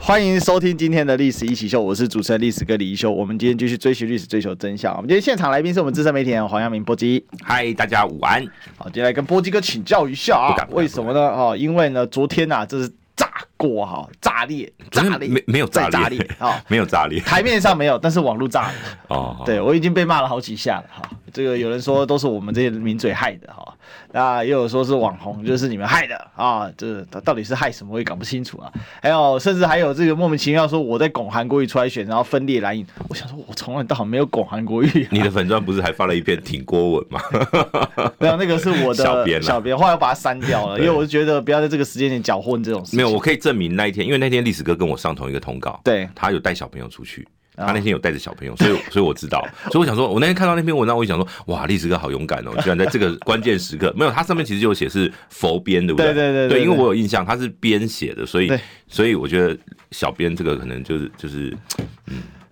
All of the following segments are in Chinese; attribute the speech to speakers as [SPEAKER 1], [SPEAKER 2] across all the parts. [SPEAKER 1] 欢迎收听今天的《历史一起秀》，我是主持人历史哥李一修。我们今天继续追寻历史，追求真相。我们今天现场来宾是我们资深媒体人黄阳明波基。
[SPEAKER 2] 嗨，大家午安。
[SPEAKER 1] 好，今天来跟波基哥请教一下
[SPEAKER 2] 不
[SPEAKER 1] 啊
[SPEAKER 2] 敢，不敢
[SPEAKER 1] 为什么呢？哦，因为呢，昨天啊，这是炸锅哈，炸裂，炸
[SPEAKER 2] 昨天
[SPEAKER 1] 裂，
[SPEAKER 2] 没没有
[SPEAKER 1] 再
[SPEAKER 2] 炸
[SPEAKER 1] 炸
[SPEAKER 2] 裂，
[SPEAKER 1] 裂啊
[SPEAKER 2] 没有炸裂
[SPEAKER 1] 台面上没有，但是网络炸了。
[SPEAKER 2] 哦，
[SPEAKER 1] 对我已经被骂了好几下了哈。这个有人说都是我们这些名嘴害的哈，那也有说是网红，就是你们害的啊。这他到底是害什么，我也搞不清楚啊。还有甚至还有这个莫名其妙说我在拱韩国瑜出来选，然后分裂蓝营。我想说，我从来到好没有拱韩国瑜、啊。
[SPEAKER 2] 你的粉钻不是还发了一篇挺郭文 吗？
[SPEAKER 1] 没有，那个是我的
[SPEAKER 2] 小编啊
[SPEAKER 1] 小编，后来我把它删掉了，因
[SPEAKER 2] 对
[SPEAKER 1] 为我就觉得不要在这个时间点搅混这种事情。
[SPEAKER 2] 没有，我可以证明那一天，因为那天历史哥跟我上同一个通告，
[SPEAKER 1] 对哦
[SPEAKER 2] 他有带小朋友出去。他那天有带着小朋友，所以 所以我知道，所以我想说，我那天看到那篇文章，我就想说，哇，历史哥好勇敢 哦，居然在这个关键时刻，没有，他上面其实就有写是佛编，对不
[SPEAKER 1] 对
[SPEAKER 2] 对
[SPEAKER 1] 对对对
[SPEAKER 2] 对，因为
[SPEAKER 1] 对
[SPEAKER 2] 我有印象，他是编写的，所以
[SPEAKER 1] 对
[SPEAKER 2] 所以我觉得小编这个可能就是就是，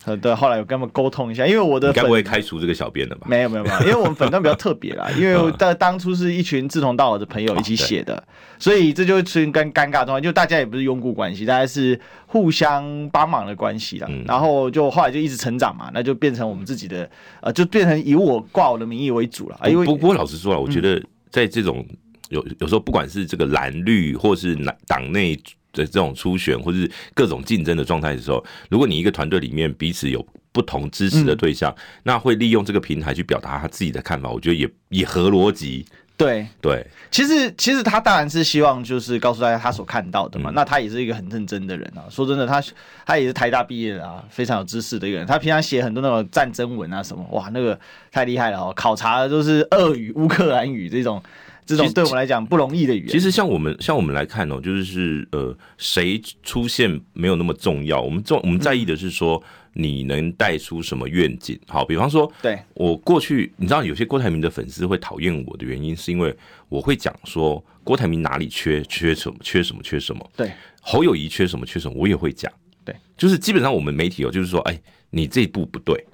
[SPEAKER 1] 呃，对，后来我跟他们沟通一下，因为我的
[SPEAKER 2] 你该
[SPEAKER 1] 粉
[SPEAKER 2] 不会开除这个小编了吧？嗯
[SPEAKER 1] 没有没有没有，因为我们粉段比较特别 啦，因为我当当初是一群志同道合的朋友
[SPEAKER 2] 啊
[SPEAKER 1] 一起写的，所以这就出现跟尴尬的状态，就大家也不是拥护关系，大家是互相帮忙的关系
[SPEAKER 2] 嗯
[SPEAKER 1] 啦。然后就后来就一直成长嘛，那就变成我们自己的呃，就变成以我挂我的名义为主了，啊因为嗯
[SPEAKER 2] 不不过老实说啊，我觉得在这种有有时候不管是这个蓝绿，或是南党内的这种初选，或是各种竞争的状态的时候，如果你一个团队里面彼此有不同支持的
[SPEAKER 1] 嗯
[SPEAKER 2] 对象，那会利用这个平台去表达他自己的看法，我觉得也也合逻辑。
[SPEAKER 1] 对。
[SPEAKER 2] 对，
[SPEAKER 1] 其实，其实他当然是希望就是告诉大家他所看到
[SPEAKER 2] 嗯
[SPEAKER 1] 的嘛。那他也是一个很认真的人啊。说真的，他他也是台大毕业的啊，非常有知识的一个人。他平常写很多那种战争文啊什么，哇，那个太厉害了哦！考察的都是俄语、乌克兰语这种这种
[SPEAKER 2] 其实
[SPEAKER 1] 对我们来讲不容易的语
[SPEAKER 2] 其
[SPEAKER 1] 言。
[SPEAKER 2] 实像我们像我们来看哦，就是是呃，谁出现没有那么重要，我们重我们在意的是说你能带出什么愿景。好，比方说，
[SPEAKER 1] 对
[SPEAKER 2] 我过去，你知道有些郭台铭的粉丝会讨厌我的原因，是因为我会讲说郭台铭哪里缺缺什么缺什么缺什么，
[SPEAKER 1] 对
[SPEAKER 2] 侯友谊缺什么缺什么，我也会讲。
[SPEAKER 1] 对，
[SPEAKER 2] 就是基本上我们媒体有，就是说，哎，你这一步不对。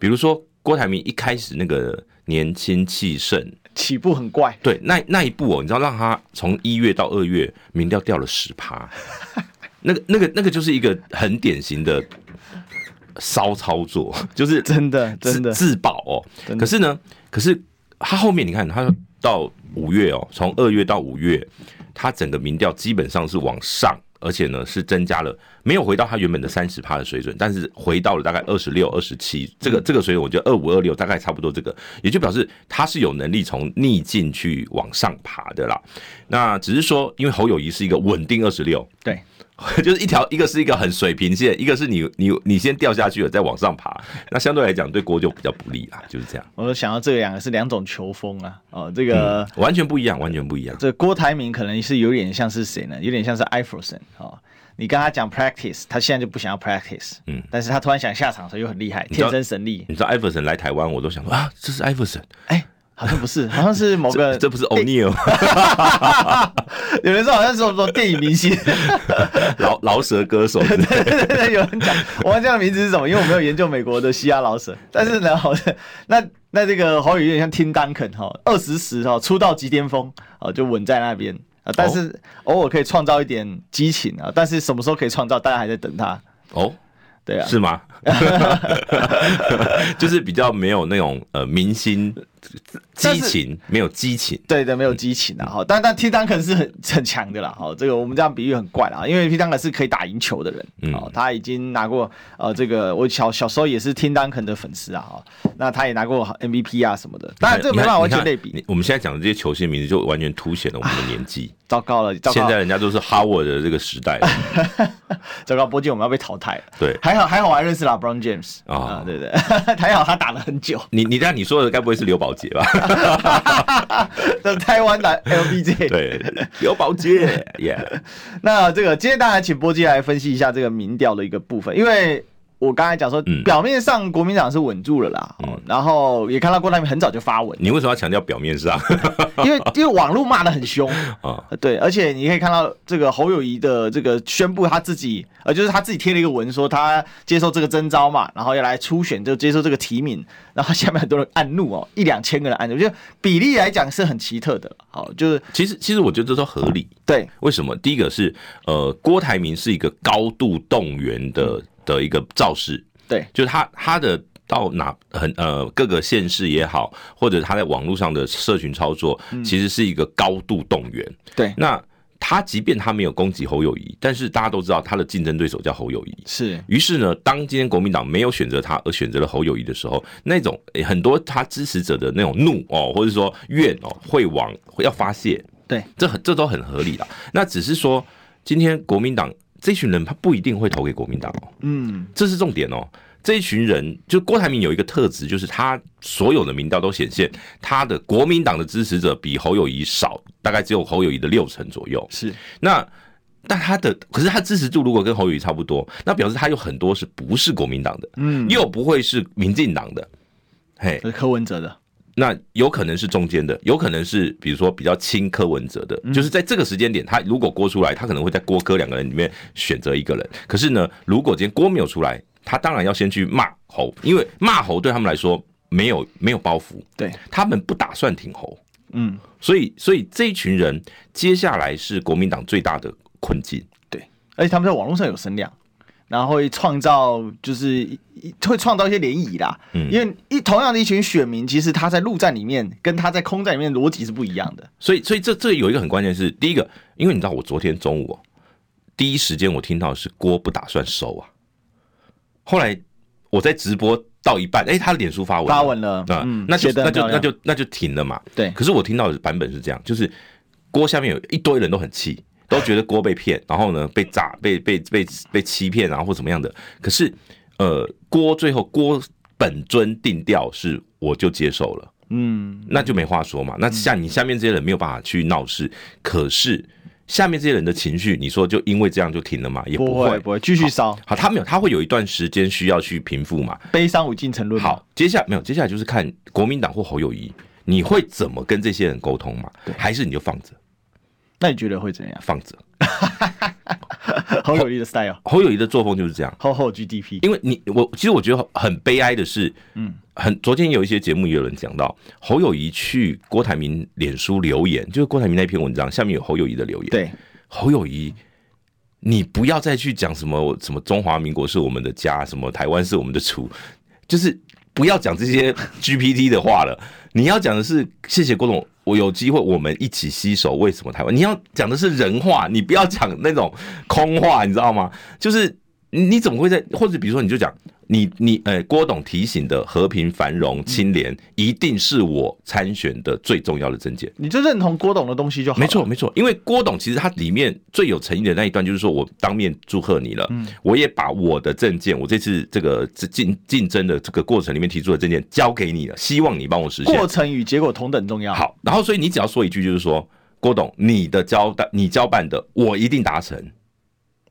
[SPEAKER 2] 比如说郭台铭一开始那个年轻气盛，
[SPEAKER 1] 起步很怪，
[SPEAKER 2] 对，那那一步哦，你知道让他从一月到二月民调掉了十趴，那个那个那个就是一个很典型的骚操作，就是
[SPEAKER 1] 真的
[SPEAKER 2] 自
[SPEAKER 1] 真的
[SPEAKER 2] 自保哦。可是呢，可是他后面你看，他到五月哦，从二月到五月，他整个民调基本上是往上，而且呢是增加了，没有回到他原本的三十趴的水准，但是回到了大概二十六、二十七这
[SPEAKER 1] 嗯
[SPEAKER 2] 个这个水准，我觉得二五二六大概差不多这个，也就表示他是有能力从逆境去往上爬的啦。那只是说，因为侯友谊是一个稳定二十六，
[SPEAKER 1] 对
[SPEAKER 2] 就是一条，一个是一个很水平线，一个是你你你先掉下去了再往上爬，那相对来讲对锅就比较不利啦，就是这样，
[SPEAKER 1] 我就想到这两个是两种球风啊。哦，这个。
[SPEAKER 2] 完全不一样，完全不一样。
[SPEAKER 1] 这郭台铭可能是有点像是谁呢？有点像是艾弗森哦。你跟他讲 practice，他现在就不想要 practice，嗯，但是他突然想下场的时候又很厉害，
[SPEAKER 2] 知道
[SPEAKER 1] 天生神力。
[SPEAKER 2] 你知道艾弗森来台湾，我都想说啊，这是艾弗森，
[SPEAKER 1] 哎，好像不是，好像是某个
[SPEAKER 2] 这，这不是欧尼尔吗
[SPEAKER 1] 有人说好像是什么电影明星，
[SPEAKER 2] 老老舌歌手之类的
[SPEAKER 1] 对对对，有人讲，我忘记他名字是什么，因为我没有研究美国的西亚老舍。但是呢，好像那那这个侯宇有点像 Tim Duncan 哈、哦，二十十哈，出道即巅峰哦，就稳在那边啊、但是偶尔可以创造一点激情啊、但是什么时候可以创造，大家还在等他。
[SPEAKER 2] 哦，
[SPEAKER 1] 对啊，
[SPEAKER 2] 是吗？ 就是比较没有那种呃明星
[SPEAKER 1] 但
[SPEAKER 2] 激
[SPEAKER 1] 是
[SPEAKER 2] 情，没有激情。
[SPEAKER 1] 对对，没
[SPEAKER 2] 嗯
[SPEAKER 1] 有激情啊哈。但但 T 单肯是很很强的啦哈。这个我们这样比喻很怪啦，因为 T 单肯是可以打赢球的人
[SPEAKER 2] 嗯
[SPEAKER 1] 哦，他已经拿过呃这个我小小时候也是 T 单肯的粉丝啊哈，那他也拿过 MVP 啊什么的。当然这个没
[SPEAKER 2] 哎你看
[SPEAKER 1] 办法完
[SPEAKER 2] 你看
[SPEAKER 1] 全类比，
[SPEAKER 2] 你我们现在讲的这些球星名字，就完全凸显了我们的年纪。
[SPEAKER 1] 糟糕了，啊糟
[SPEAKER 2] 现
[SPEAKER 1] 糕
[SPEAKER 2] 在
[SPEAKER 1] 了，
[SPEAKER 2] 人家都是哈沃的这个时 代了，
[SPEAKER 1] 糟糕，波姐我们要被淘汰了。
[SPEAKER 2] 对
[SPEAKER 1] 还好还好我还认识了 Brown James
[SPEAKER 2] 哦
[SPEAKER 1] 啊，对 对，还好他打了很久，
[SPEAKER 2] 你你但你说的该不会是刘宝杰吧？
[SPEAKER 1] 这台湾的 LBJ。
[SPEAKER 2] 对， 刘宝杰耶。
[SPEAKER 1] 那这个今天当然请波基来分析一下这个民调的一个部分，因为我刚才讲说，
[SPEAKER 2] 嗯
[SPEAKER 1] 表面上国民党是稳住了啦，哦然后也看到郭台铭很早就发 文，
[SPEAKER 2] 你为什么要强调表面上？
[SPEAKER 1] 因为因为网络骂的很凶
[SPEAKER 2] 啊
[SPEAKER 1] 对，而且你可以看到这个侯友谊的这个宣布他自己，呃，就是他自己贴了一个文说他接受这个征召嘛，然后要来初选就接受这个提名，然后下面很多人按怒哦，一两千个人按怒，就比例来讲是很奇特的，好，就是
[SPEAKER 2] 其实，其实我觉得这都合理。
[SPEAKER 1] 对
[SPEAKER 2] 为什么？第一个是，呃，郭台铭是一个高度动员的的一个造势，
[SPEAKER 1] 对
[SPEAKER 2] 就是他他的到哪很呃各个县市也好，或者他在网络上的社群操作，其实是一个高度动员。
[SPEAKER 1] 对
[SPEAKER 2] 那他即便他没有攻击侯友谊，但是大家都知道他的竞争对手叫侯友谊。
[SPEAKER 1] 是，
[SPEAKER 2] 于是呢，当今天国民党没有选择他，而选择了侯友谊的时候，那种、诶很多他支持者的那种怒哦，或者说怨哦，会往会要发泄，
[SPEAKER 1] 对
[SPEAKER 2] 这很这都很合理啦。那只是说，今天国民党这群人他不一定会投给国民党哦，
[SPEAKER 1] 嗯
[SPEAKER 2] 这是重点哦。这一群人，就郭台铭有一个特质，就是他所有的民调都显现，他的国民党的支持者比侯友谊少，大概只有侯友谊的六成左右。
[SPEAKER 1] 是
[SPEAKER 2] 那但他的可是他支持度如果跟侯友谊差不多，那表示他有很多是不是国民党的，
[SPEAKER 1] 嗯，
[SPEAKER 2] 又不会是民进党的，嘿，
[SPEAKER 1] 是柯文哲的，
[SPEAKER 2] 那有可能是中间的，有可能是比如说比较亲柯文哲的，就是在这个时间点，他如果郭出来，他可能会在郭柯两个人里面选择一个人。可是呢，如果今天郭没有出来，他当然要先去骂侯，因为骂侯对他们来说没有没有包袱，
[SPEAKER 1] 对，
[SPEAKER 2] 他们不打算挺侯，
[SPEAKER 1] 嗯
[SPEAKER 2] 所以所以这一群人接下来是国民党最大的困境。
[SPEAKER 1] 对，而且他们在网络上有声量。然后会创造就是一一会创造一些涟漪啦，
[SPEAKER 2] 嗯
[SPEAKER 1] 因为一同样的一群选民，其实他在陆战里面跟他在空战里面的逻辑是不一样的。
[SPEAKER 2] 所以，所以这这有一个很关键的是，第一个，因为你知道，我昨天中午、哦、第一时间我听到的是郭不打算收啊，后来我在直播到一半，哎、他脸书发文了
[SPEAKER 1] 发文了
[SPEAKER 2] 啊、
[SPEAKER 1] 嗯
[SPEAKER 2] 那就
[SPEAKER 1] 写得
[SPEAKER 2] 那
[SPEAKER 1] 很
[SPEAKER 2] 就
[SPEAKER 1] 漂
[SPEAKER 2] 那
[SPEAKER 1] 亮
[SPEAKER 2] 就那就停了嘛。
[SPEAKER 1] 对
[SPEAKER 2] 可是我听到的版本是这样，就是郭下面有一堆人都很气，都觉得郭被骗，然后呢被诈、被被被被欺骗，啊然后或怎么样的。可是，呃，郭最后郭本尊定调是我就接受了。
[SPEAKER 1] 嗯，
[SPEAKER 2] 那就没话说嘛。那下你下面这些人没有办法去闹事，可是下面这些人的情绪，你说就因为这样就停了嘛？也
[SPEAKER 1] 不
[SPEAKER 2] 会。
[SPEAKER 1] 不会，继续烧，
[SPEAKER 2] 好，他没有，他会有一段时间需要去平复嘛。
[SPEAKER 1] 悲伤无尽沉沦。，
[SPEAKER 2] 好，接下来没有，接下来就是看国民党或侯友谊，你会怎么跟这些人沟通嘛？还是你就放着
[SPEAKER 1] 那你觉得会怎 样？
[SPEAKER 2] 放着？
[SPEAKER 1] 侯友谊的 style，
[SPEAKER 2] 侯友谊的作风就是这样，
[SPEAKER 1] 厚厚 GDP，
[SPEAKER 2] 因为你我其实我觉得很悲哀的是，嗯，很昨天有一些节目也有人讲到侯友谊去郭台铭脸书留言，就是郭台铭那篇文章下面有侯友谊的留言，
[SPEAKER 1] 对，
[SPEAKER 2] 侯友谊，你不要再去讲什么什么中华民国是我们的家，什么台湾是我们的主，就是不要讲这些 GPT 的话了。你要讲的是谢谢郭总，我有机会我们一起携手，为什么台湾？你要讲的是人话，你不要讲那种空话，你知道吗？就是你你怎么会在，或者比如说你就讲你你呃郭董提醒的和平繁荣清廉，一定是我参选的最重要的证件。
[SPEAKER 1] 你就认同郭董的东西就好。
[SPEAKER 2] 没，错，没错，因为郭董其实他里面最有诚意的那一段，就是说我当面祝贺你了，
[SPEAKER 1] 嗯
[SPEAKER 2] 我也把我的证件，我这次这个这竞竞争的这个过程里面提出的证件交给你了，希望你帮我实现
[SPEAKER 1] 过。程与结果同等重要。，
[SPEAKER 2] 好，然后所以你只要说一句，就是说郭董，你的交代，你交办的，我一定达成。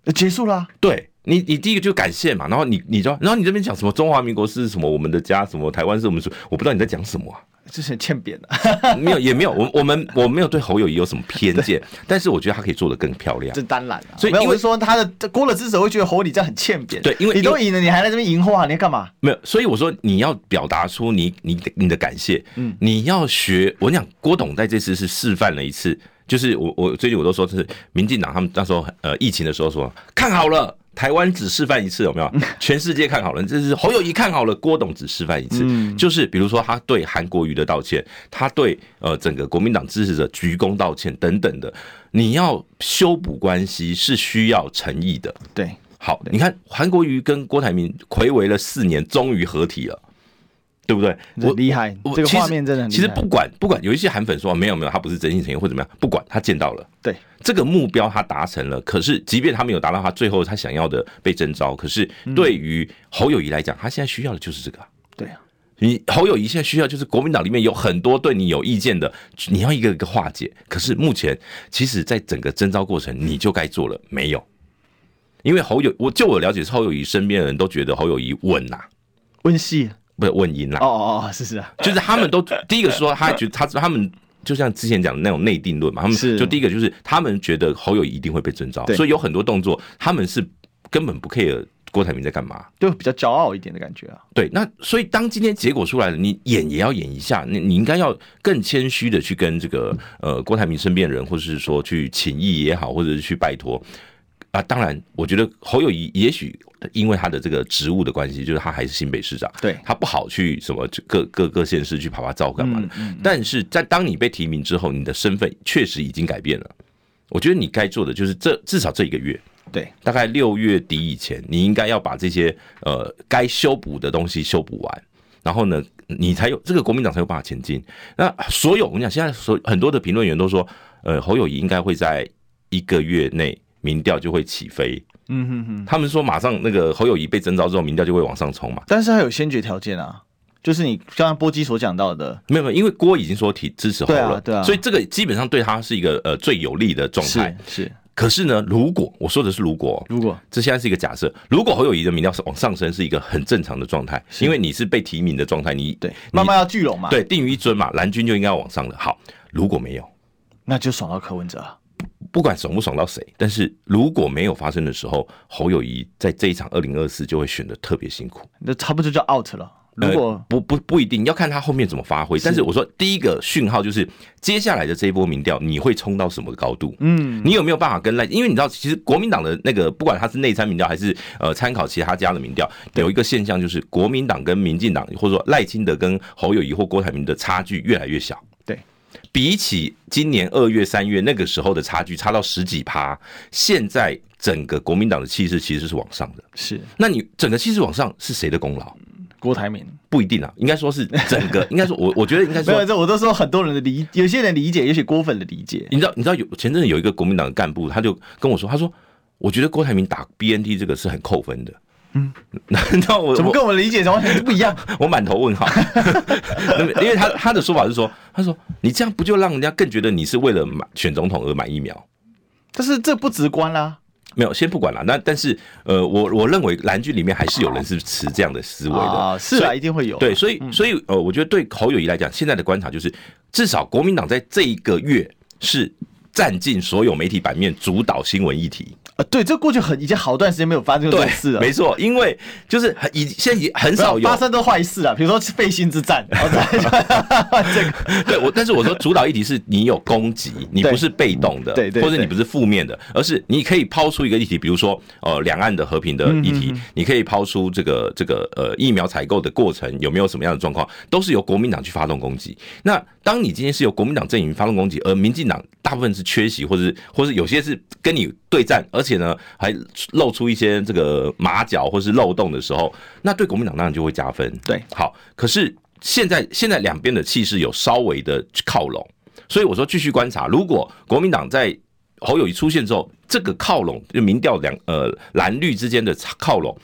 [SPEAKER 1] 呃结束啦。
[SPEAKER 2] 对你，你第一个就感谢嘛，然后你你就，然后你这边讲什么中华民国是什么我们的家，什么台湾是我们的主，我不知道你在讲什么啊、
[SPEAKER 1] 这是很欠扁的，
[SPEAKER 2] 没有也没有，我我们我没有对侯友谊有什么偏 见，但是我觉得他可以做得更漂亮
[SPEAKER 1] 这。当然了。
[SPEAKER 2] 所以
[SPEAKER 1] 没有
[SPEAKER 2] 因
[SPEAKER 1] 我
[SPEAKER 2] 为
[SPEAKER 1] 是说他的这郭的支持会觉得侯你这样很欠扁。
[SPEAKER 2] 对因为
[SPEAKER 1] 你都赢了，你还在这边赢话，你要干嘛？
[SPEAKER 2] 没有，所以我说你要表达出你你的你的感谢，嗯，你要学。我讲郭董在这次是示范了一次，就是我我最近我都说，就是民进党他们那时候呃疫情的时候说看好了，台湾只示范一次有没有？全世界看好了，这是侯友谊看好了，郭董只示范一次，就是比如说他对韩国瑜的道歉，他对呃整个国民党支持者鞠躬道歉等等的，你要修补关系是需要诚意的，
[SPEAKER 1] 对，
[SPEAKER 2] 好，你看韩国瑜跟郭台铭暌违了四年，终于合体了，对不对？
[SPEAKER 1] 很厉害
[SPEAKER 2] 我
[SPEAKER 1] 这个
[SPEAKER 2] 其实
[SPEAKER 1] 画面真的很厉害
[SPEAKER 2] 其实不管不管，有一些韩粉说没有没有，他不是真心诚意或怎么样，不管他见到了。
[SPEAKER 1] 对，
[SPEAKER 2] 这个目标他达成了，可是即便他没有达到他最后他想要的被征召，可是对于侯友谊来讲，他现在需要的就是这个啊。
[SPEAKER 1] 对啊，
[SPEAKER 2] 你侯友谊现在需要就是国民党里面有很多对你有意见的，你要一个一个化解。可是目前，其实在整个征召过程，你就该做了没有？因为侯友，我就我了解，是侯友谊身边的人都觉得侯友谊稳呐、
[SPEAKER 1] 温系
[SPEAKER 2] 不是稳赢啦，
[SPEAKER 1] 哦哦哦，是是啊，
[SPEAKER 2] 就是他们都第一个是说他觉得他他们。就像之前讲的那种内定论嘛，他们
[SPEAKER 1] 是
[SPEAKER 2] 就第一个就是他们觉得侯友谊一定会被征召
[SPEAKER 1] 对，
[SPEAKER 2] 所以有很多动作他们是根本不 care 郭台铭在干嘛。
[SPEAKER 1] 就比较骄傲一点的感觉啊。
[SPEAKER 2] 对，那所以当今天结果出来了，你演也要演一下，你你应该要更谦虚的去跟这个呃郭台铭身边的人，或是说去请意也好，或者是去拜托啊。当然，我觉得侯友谊也许因为他的这个职务的关系，就是他还是新北市长，
[SPEAKER 1] 对
[SPEAKER 2] 他不好去什么各各各县市去爬爬照干嘛的。
[SPEAKER 1] 嗯嗯
[SPEAKER 2] 但是在当你被提名之后，你的身份确实已经改变了。我觉得你该做的就是这至少这一个月，
[SPEAKER 1] 对，
[SPEAKER 2] 大概六月底以前，你应该要把这些呃该修补的东西修补完，然后呢，你才有这个国民党才有办法前进。那所有我跟你讲，现在所很多的评论员都说，呃，侯友谊应该会在一个月内民调就会起飞。
[SPEAKER 1] 嗯哼哼。
[SPEAKER 2] 他们说马上那个侯友谊被征召之后，民调就会往上冲嘛。
[SPEAKER 1] 但是它有先决条件啊，就是你刚刚波基所讲到的，
[SPEAKER 2] 没有没有，因为郭已经说提支持侯了，
[SPEAKER 1] 对啊对啊
[SPEAKER 2] 所以这个基本上对他是一个呃最有利的状态
[SPEAKER 1] 是。是，
[SPEAKER 2] 可是呢，如果我说的是如果哦，
[SPEAKER 1] 如果
[SPEAKER 2] 这现在是一个假设。如果侯友谊的民调是往上升，是一个很正常的状态，因为你是被提名的状态，你
[SPEAKER 1] 对
[SPEAKER 2] 你，
[SPEAKER 1] 慢慢要聚拢嘛，，
[SPEAKER 2] 对定于一尊嘛，蓝军就应该往上了。好，如果没有，
[SPEAKER 1] 那就爽到柯文哲啊，
[SPEAKER 2] 不管爽不爽到谁，但是如果没有发生的时候，侯友谊在这一场二零二四就会选的特别辛苦。
[SPEAKER 1] 那差不多就 out 了。如
[SPEAKER 2] 呃
[SPEAKER 1] 果
[SPEAKER 2] 不不不一定要看他后面怎么发挥，但是我说第一个讯号就是接下来的这一波民调，你会冲到什么高度？嗯，你有没有办法跟赖？因为你知道，其实国民党的那个不管他是内参民调还是呃参考其他家的民调，有一个现象就是国民党跟民进党，或者说赖清德跟侯友谊或郭台铭的差距越来越小。
[SPEAKER 1] 对，
[SPEAKER 2] 比起今年二月、三月那个时候的差距，差到十几趴，现在整个国民党的气势其实是往上的。
[SPEAKER 1] 是
[SPEAKER 2] 那你整个气势往上是谁的功劳？
[SPEAKER 1] 郭台铭，
[SPEAKER 2] 不一定啊，应该说是整 个，应该说我我觉得应该
[SPEAKER 1] 没有
[SPEAKER 2] 说，
[SPEAKER 1] 这我都说很多人的理，有些人理解，也许郭粉的理解，
[SPEAKER 2] 你知道你知道有前阵子有一个国民党的干部，他就跟我说，他说我觉得郭台铭打 BNT 这个是很扣分的。嗯， 你知道我
[SPEAKER 1] 怎么
[SPEAKER 2] 我
[SPEAKER 1] 跟我们理解完全不一 样？
[SPEAKER 2] 我满头 问号，那么因为他他的说法是说，他说你这样不就让人家更觉得你是为了买选总统而买疫苗？
[SPEAKER 1] 但是这不直观啊啦，
[SPEAKER 2] 没有，先不管了。那但是呃，我我认为蓝军里面还是有人是持这样的思维的
[SPEAKER 1] 啊，是
[SPEAKER 2] 所以
[SPEAKER 1] 啊，一定会有，
[SPEAKER 2] 对，，所以所以呃，我觉得对侯友谊来讲，现在的观察就是，至少国民党在这一个月是占尽所有媒体版面，主导新闻议题。
[SPEAKER 1] 啊，对，这过去很已经好段时间没有发生过这种事了，
[SPEAKER 2] 没错，因为就是很已现在已很
[SPEAKER 1] 没有
[SPEAKER 2] 少有
[SPEAKER 1] 发生都坏事啊，比如说背心之战，然后再 这个
[SPEAKER 2] 对我，但是我说主导议题是你有攻击，你
[SPEAKER 1] 对
[SPEAKER 2] 不是被动的，
[SPEAKER 1] 对对
[SPEAKER 2] 或者你
[SPEAKER 1] 对
[SPEAKER 2] 不是负面的，而是你可以抛出一个议题，比如说呃两岸的和平的
[SPEAKER 1] 嗯
[SPEAKER 2] 议题，你可以抛出这个这个呃疫苗采购的过程有没有什么样的状况，都是由国民党去发动攻击。那当你今天是由国民党阵营发动攻击，而民进党大部分是缺席，或者是 或是有些是跟你对战，而且呢还露出一些这个马脚或是漏洞的时候，那对国民党当然就会加分。
[SPEAKER 1] 对
[SPEAKER 2] 好，可是现在现在两边的气势有稍微的靠拢，所以我说继续观察，如果国民党在侯友谊出现之后，这个靠拢就民调两呃蓝绿之间的靠拢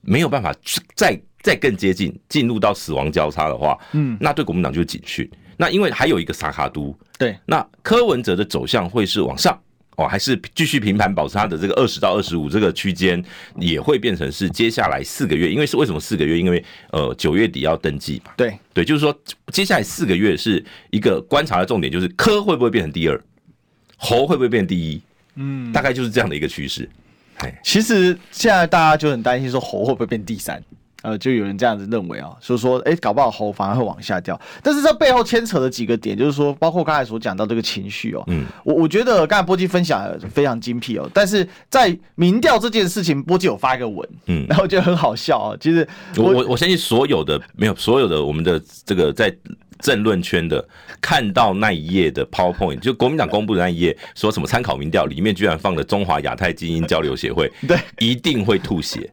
[SPEAKER 2] 没有办法再再更接近，进入到死亡交叉的话，嗯，那对国民党就是警讯。那因为还有一个萨卡都，
[SPEAKER 1] 对，
[SPEAKER 2] 那柯文哲的走向会是往上哦，还是继续平盘保持他的这个二十到二十五这个区间，也会变成是接下来四个月，因为是为什么四个月？因为呃九月底要登记嘛，
[SPEAKER 1] 对，
[SPEAKER 2] 对，就是说接下来四个月是一个观察的重点，就是柯会不会变成第二，侯会不会变第一，嗯，大概就是这样的一个趋势。哎，
[SPEAKER 1] 其实现在大家就很担心说猴会不会变第三，呃，就有人这样子认为啊，所以说，哎、搞不好猴反而会往下掉。但是这背后牵扯的几个点，就是说，包括刚才所讲到这个情绪哦，嗯，我我觉得刚才波基分享得非常精辟哦，但是在民调这件事情，波基有发一个文，
[SPEAKER 2] 嗯
[SPEAKER 1] 然后就很好笑哦，其实
[SPEAKER 2] 我我我相信所有的没有所有的我们的这个在政论圈的看到那一页的 PowerPoint，就国民党公布的那一页，说什么参考民调里面居然放了中华亚太精英交流协会，
[SPEAKER 1] 对，
[SPEAKER 2] 一定会吐血。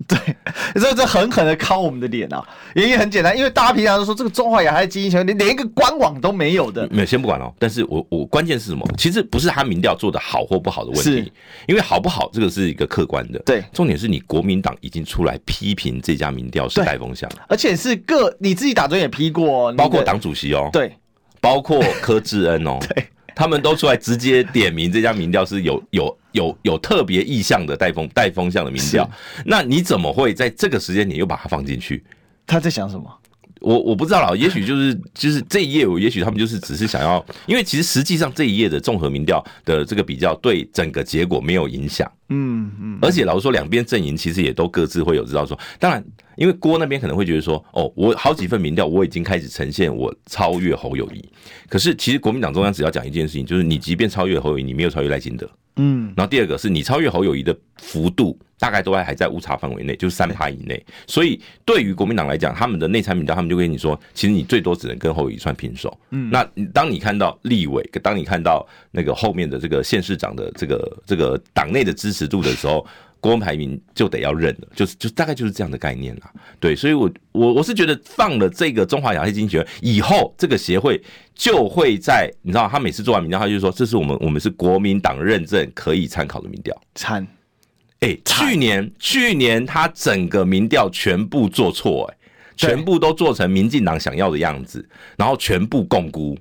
[SPEAKER 1] 这这狠狠的敲我们的脸啊！原因很简单，因为大家平常都说这个中华亚太基因学，连连一个官网都没有的，
[SPEAKER 2] 没有，先不管哦。但是我我关键是什么？其实不是他民调做的好或不好的问
[SPEAKER 1] 是
[SPEAKER 2] 题，因为好不好这个是一个客观的。
[SPEAKER 1] 对
[SPEAKER 2] 重点是你国民党已经出来批评这家民调是
[SPEAKER 1] 对
[SPEAKER 2] 带风向，
[SPEAKER 1] 而且是各你自己打针也批过、哦，你的
[SPEAKER 2] 包括党主席哦，
[SPEAKER 1] 对。
[SPEAKER 2] 包括柯志恩哦，他们都出来直接点名这家民调是有有有有特别意向的带风带风向的民调，那你怎么会在这个时间点又把它放进去？
[SPEAKER 1] 他在想什么？
[SPEAKER 2] 我我不知道啦，也许就是就是这一页，我也许他们就是只是想要，因为其实实际上这一页的综合民调的这个比较对整个结果没有影响，
[SPEAKER 1] 嗯嗯，
[SPEAKER 2] 而且老实说，两边阵营其实也都各自会有知道说，当然，因为郭那边可能会觉得说，哦，我好几份民调我已经开始呈现我超越侯友谊，可是其实国民党中央只要讲一件事情，就是你即便超越侯友谊，你没有超越赖清德，
[SPEAKER 1] 嗯，
[SPEAKER 2] 然后第二个是你超越侯友谊的幅度大概都还还在误差范围内，就是三趴以内。所以对于国民党来讲，他们的内参民调，他们就跟你说，其实你最多只能跟侯友谊算平手。嗯，那当你看到立委，当你看到那个后面的这个县市长的这个这个党内的支持度的时候。郭文排名就得要认了，就是就大概就是这样的概念啦。对，所以我我我是觉得放了这个中华亚太经济学以后，这个协会就会在你知道，他每次做完民调，他就说这是我们我们是国民党认证可以参考的民调。
[SPEAKER 1] 惨，
[SPEAKER 2] 哎、去年去年他整个民调全部做错，哎，
[SPEAKER 1] 对
[SPEAKER 2] 全部都做成民进党想要的样子，然后全部共估。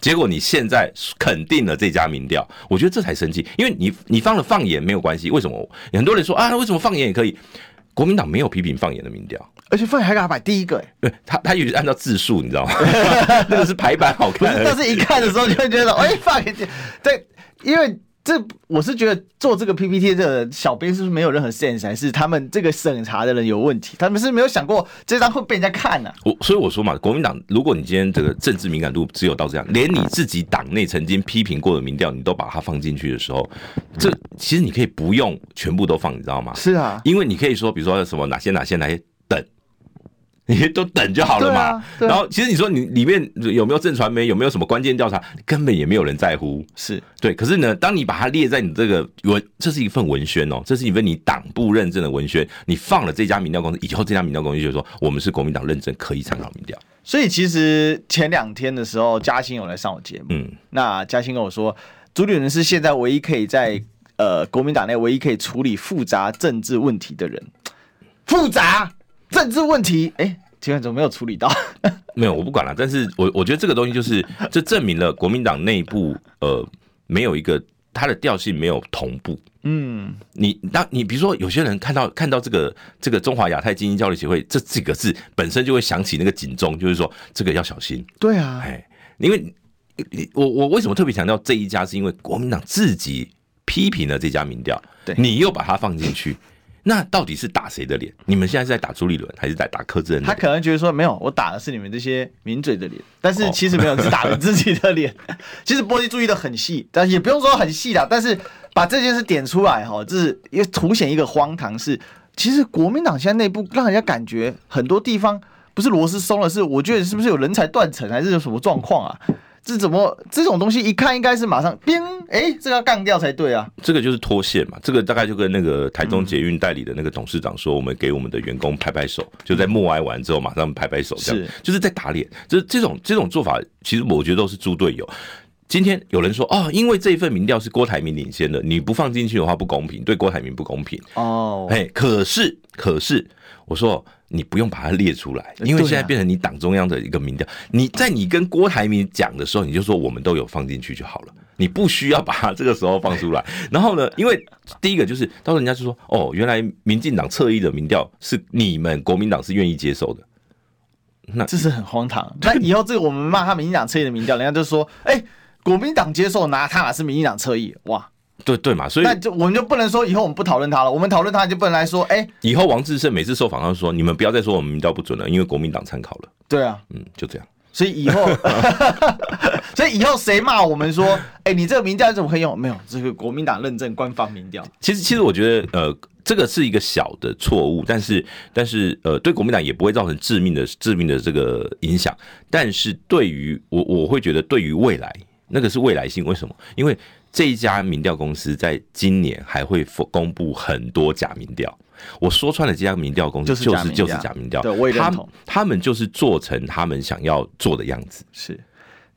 [SPEAKER 2] 结果你现在肯定了这家民调，我觉得这才生气，因为你你放了放眼没有关系，为什么？很多人说啊，为什么放眼也可以？国民党没有批评放眼的民调，
[SPEAKER 1] 而且范还给他摆第一个、欸，
[SPEAKER 2] 对他他也是按照字数，你知道吗？ 那个是排版好
[SPEAKER 1] 不
[SPEAKER 2] 看
[SPEAKER 1] 是，
[SPEAKER 2] 而已，
[SPEAKER 1] 但是一看的时候就会觉得，哎、范对，因为这我是觉得做这个 PPT 的小编是不是没有任何 sense，还是他们这个审查的人有问题？他们是没有想过这张会被人家看呢、啊？
[SPEAKER 2] 我所以我说嘛，国民党，如果你今天这个政治敏感度只有到这样，连你自己党内曾经批评过的民调，你都把它放进去的时候，这其实你可以不用全部都放，你知道吗？
[SPEAKER 1] 是啊，
[SPEAKER 2] 因为你可以说，比如说什么哪些哪些哪些等，你都等就好了嘛。
[SPEAKER 1] 对啊对啊
[SPEAKER 2] 然后其实你说你里面有没有正传媒，有没有什么关键调查，根本也没有人在乎。
[SPEAKER 1] 是
[SPEAKER 2] 对，可是呢，当你把它列在你这个文，这是一份文宣哦，这是一份你党部认证的文宣，你放了这家民调公司，以后这家民调公司就说我们是国民党认证可以参考民调，
[SPEAKER 1] 所以其实前两天的时候，嘉欣有来上我节目，
[SPEAKER 2] 嗯，
[SPEAKER 1] 那嘉欣跟我说，主理人是现在唯一可以在呃国民党内唯一可以处理复杂政治问题的人。复杂政治问题，哎、请问怎么没有处理到？
[SPEAKER 2] 没有我不管了，但是我我觉得这个东西就是这证明了国民党内部呃没有一个它的调性没有同步，
[SPEAKER 1] 嗯，
[SPEAKER 2] 你当你比如说，有些人看到看到这个这个中华亚太精英交流协会这几个字，本身就会想起那个警钟，就是说这个要小心。
[SPEAKER 1] 对啊，
[SPEAKER 2] 哎，因为你我我为什么特别强调这一家，是因为国民党自己批评了这家民调，
[SPEAKER 1] 对
[SPEAKER 2] 你又把它放进去，那到底是打谁的脸？你们现在是在打朱立伦，还是在打柯志恩的
[SPEAKER 1] 他
[SPEAKER 2] 脸？
[SPEAKER 1] 可能觉得说没有，我打的是你们这些名嘴的脸，但是其实没有，是打了自己的脸。其实波基注意的很细，但也不用说很细啦，但是把这件事点出来哈，这是也凸显一个荒唐是，其实国民党现在内部让人家感觉很多地方不是螺丝松了，是我觉得是不是有人才断层，还是有什么状况啊？这怎么这种东西一看应该是马上冰，哎，这个要干掉才对啊！
[SPEAKER 2] 这个就是脱线嘛，这个大概就跟那个台
[SPEAKER 1] 嗯
[SPEAKER 2] 中捷运代理的那个董事长说，我们给我们的员工拍拍手，就在默哀完之后马上拍拍手，这样
[SPEAKER 1] 是
[SPEAKER 2] 就是在打脸。就是这种这种做法，其实我觉得都是猪队友。今天有人说哦，因为这一份民调是郭台铭领先的，你不放进去的话不公平，对郭台铭不公平。
[SPEAKER 1] 哦，
[SPEAKER 2] 哎，可是可是，我说你不用把它列出来，因为
[SPEAKER 1] 对啊
[SPEAKER 2] 现在变成你党中央的一个民调。你在你跟郭台铭讲的时候，你就说我们都有放进去就好了，你不需要把它这个时候放 出来。然后呢，因为第一个就是到时候人家就说哦，原来民进党侧翼的民调是你们国民党是愿意接受的。
[SPEAKER 1] 这是很荒唐。那以后这个我们骂他民进党侧翼的民调，人家就说：“哎、国民党接受拿他哪是民进党侧翼？”哇，
[SPEAKER 2] 对对嘛，所以
[SPEAKER 1] 那就我们就不能说以后我们不讨论他了，我们讨论他就不能来说：“哎、
[SPEAKER 2] 以后王志胜每次受访，他就说你们不要再说我们民调不准了，因为国民党参考了。
[SPEAKER 1] 对啊。
[SPEAKER 2] 嗯，就这样。”
[SPEAKER 1] 所以以后， 所以以后谁骂我们说：“哎、你这个民调怎么可以用？”没有，这个国民党认证官方民调。
[SPEAKER 2] 其实，其实我觉得，呃，这个是一个小的错误，但是，但是，呃，对国民党也不会造成致命的、致命的这个影响。但是对于我，我会觉得对于未来，那个是未来性。为什么？因为这一家民调公司在今年还会公布很多假民调。我说穿了，这家民调公司
[SPEAKER 1] 就是
[SPEAKER 2] 就
[SPEAKER 1] 假
[SPEAKER 2] 是
[SPEAKER 1] 民
[SPEAKER 2] 就是
[SPEAKER 1] 调
[SPEAKER 2] 假民调，
[SPEAKER 1] 对我也认
[SPEAKER 2] 他
[SPEAKER 1] 同
[SPEAKER 2] 他们就是做成他们想要做的样子。
[SPEAKER 1] 是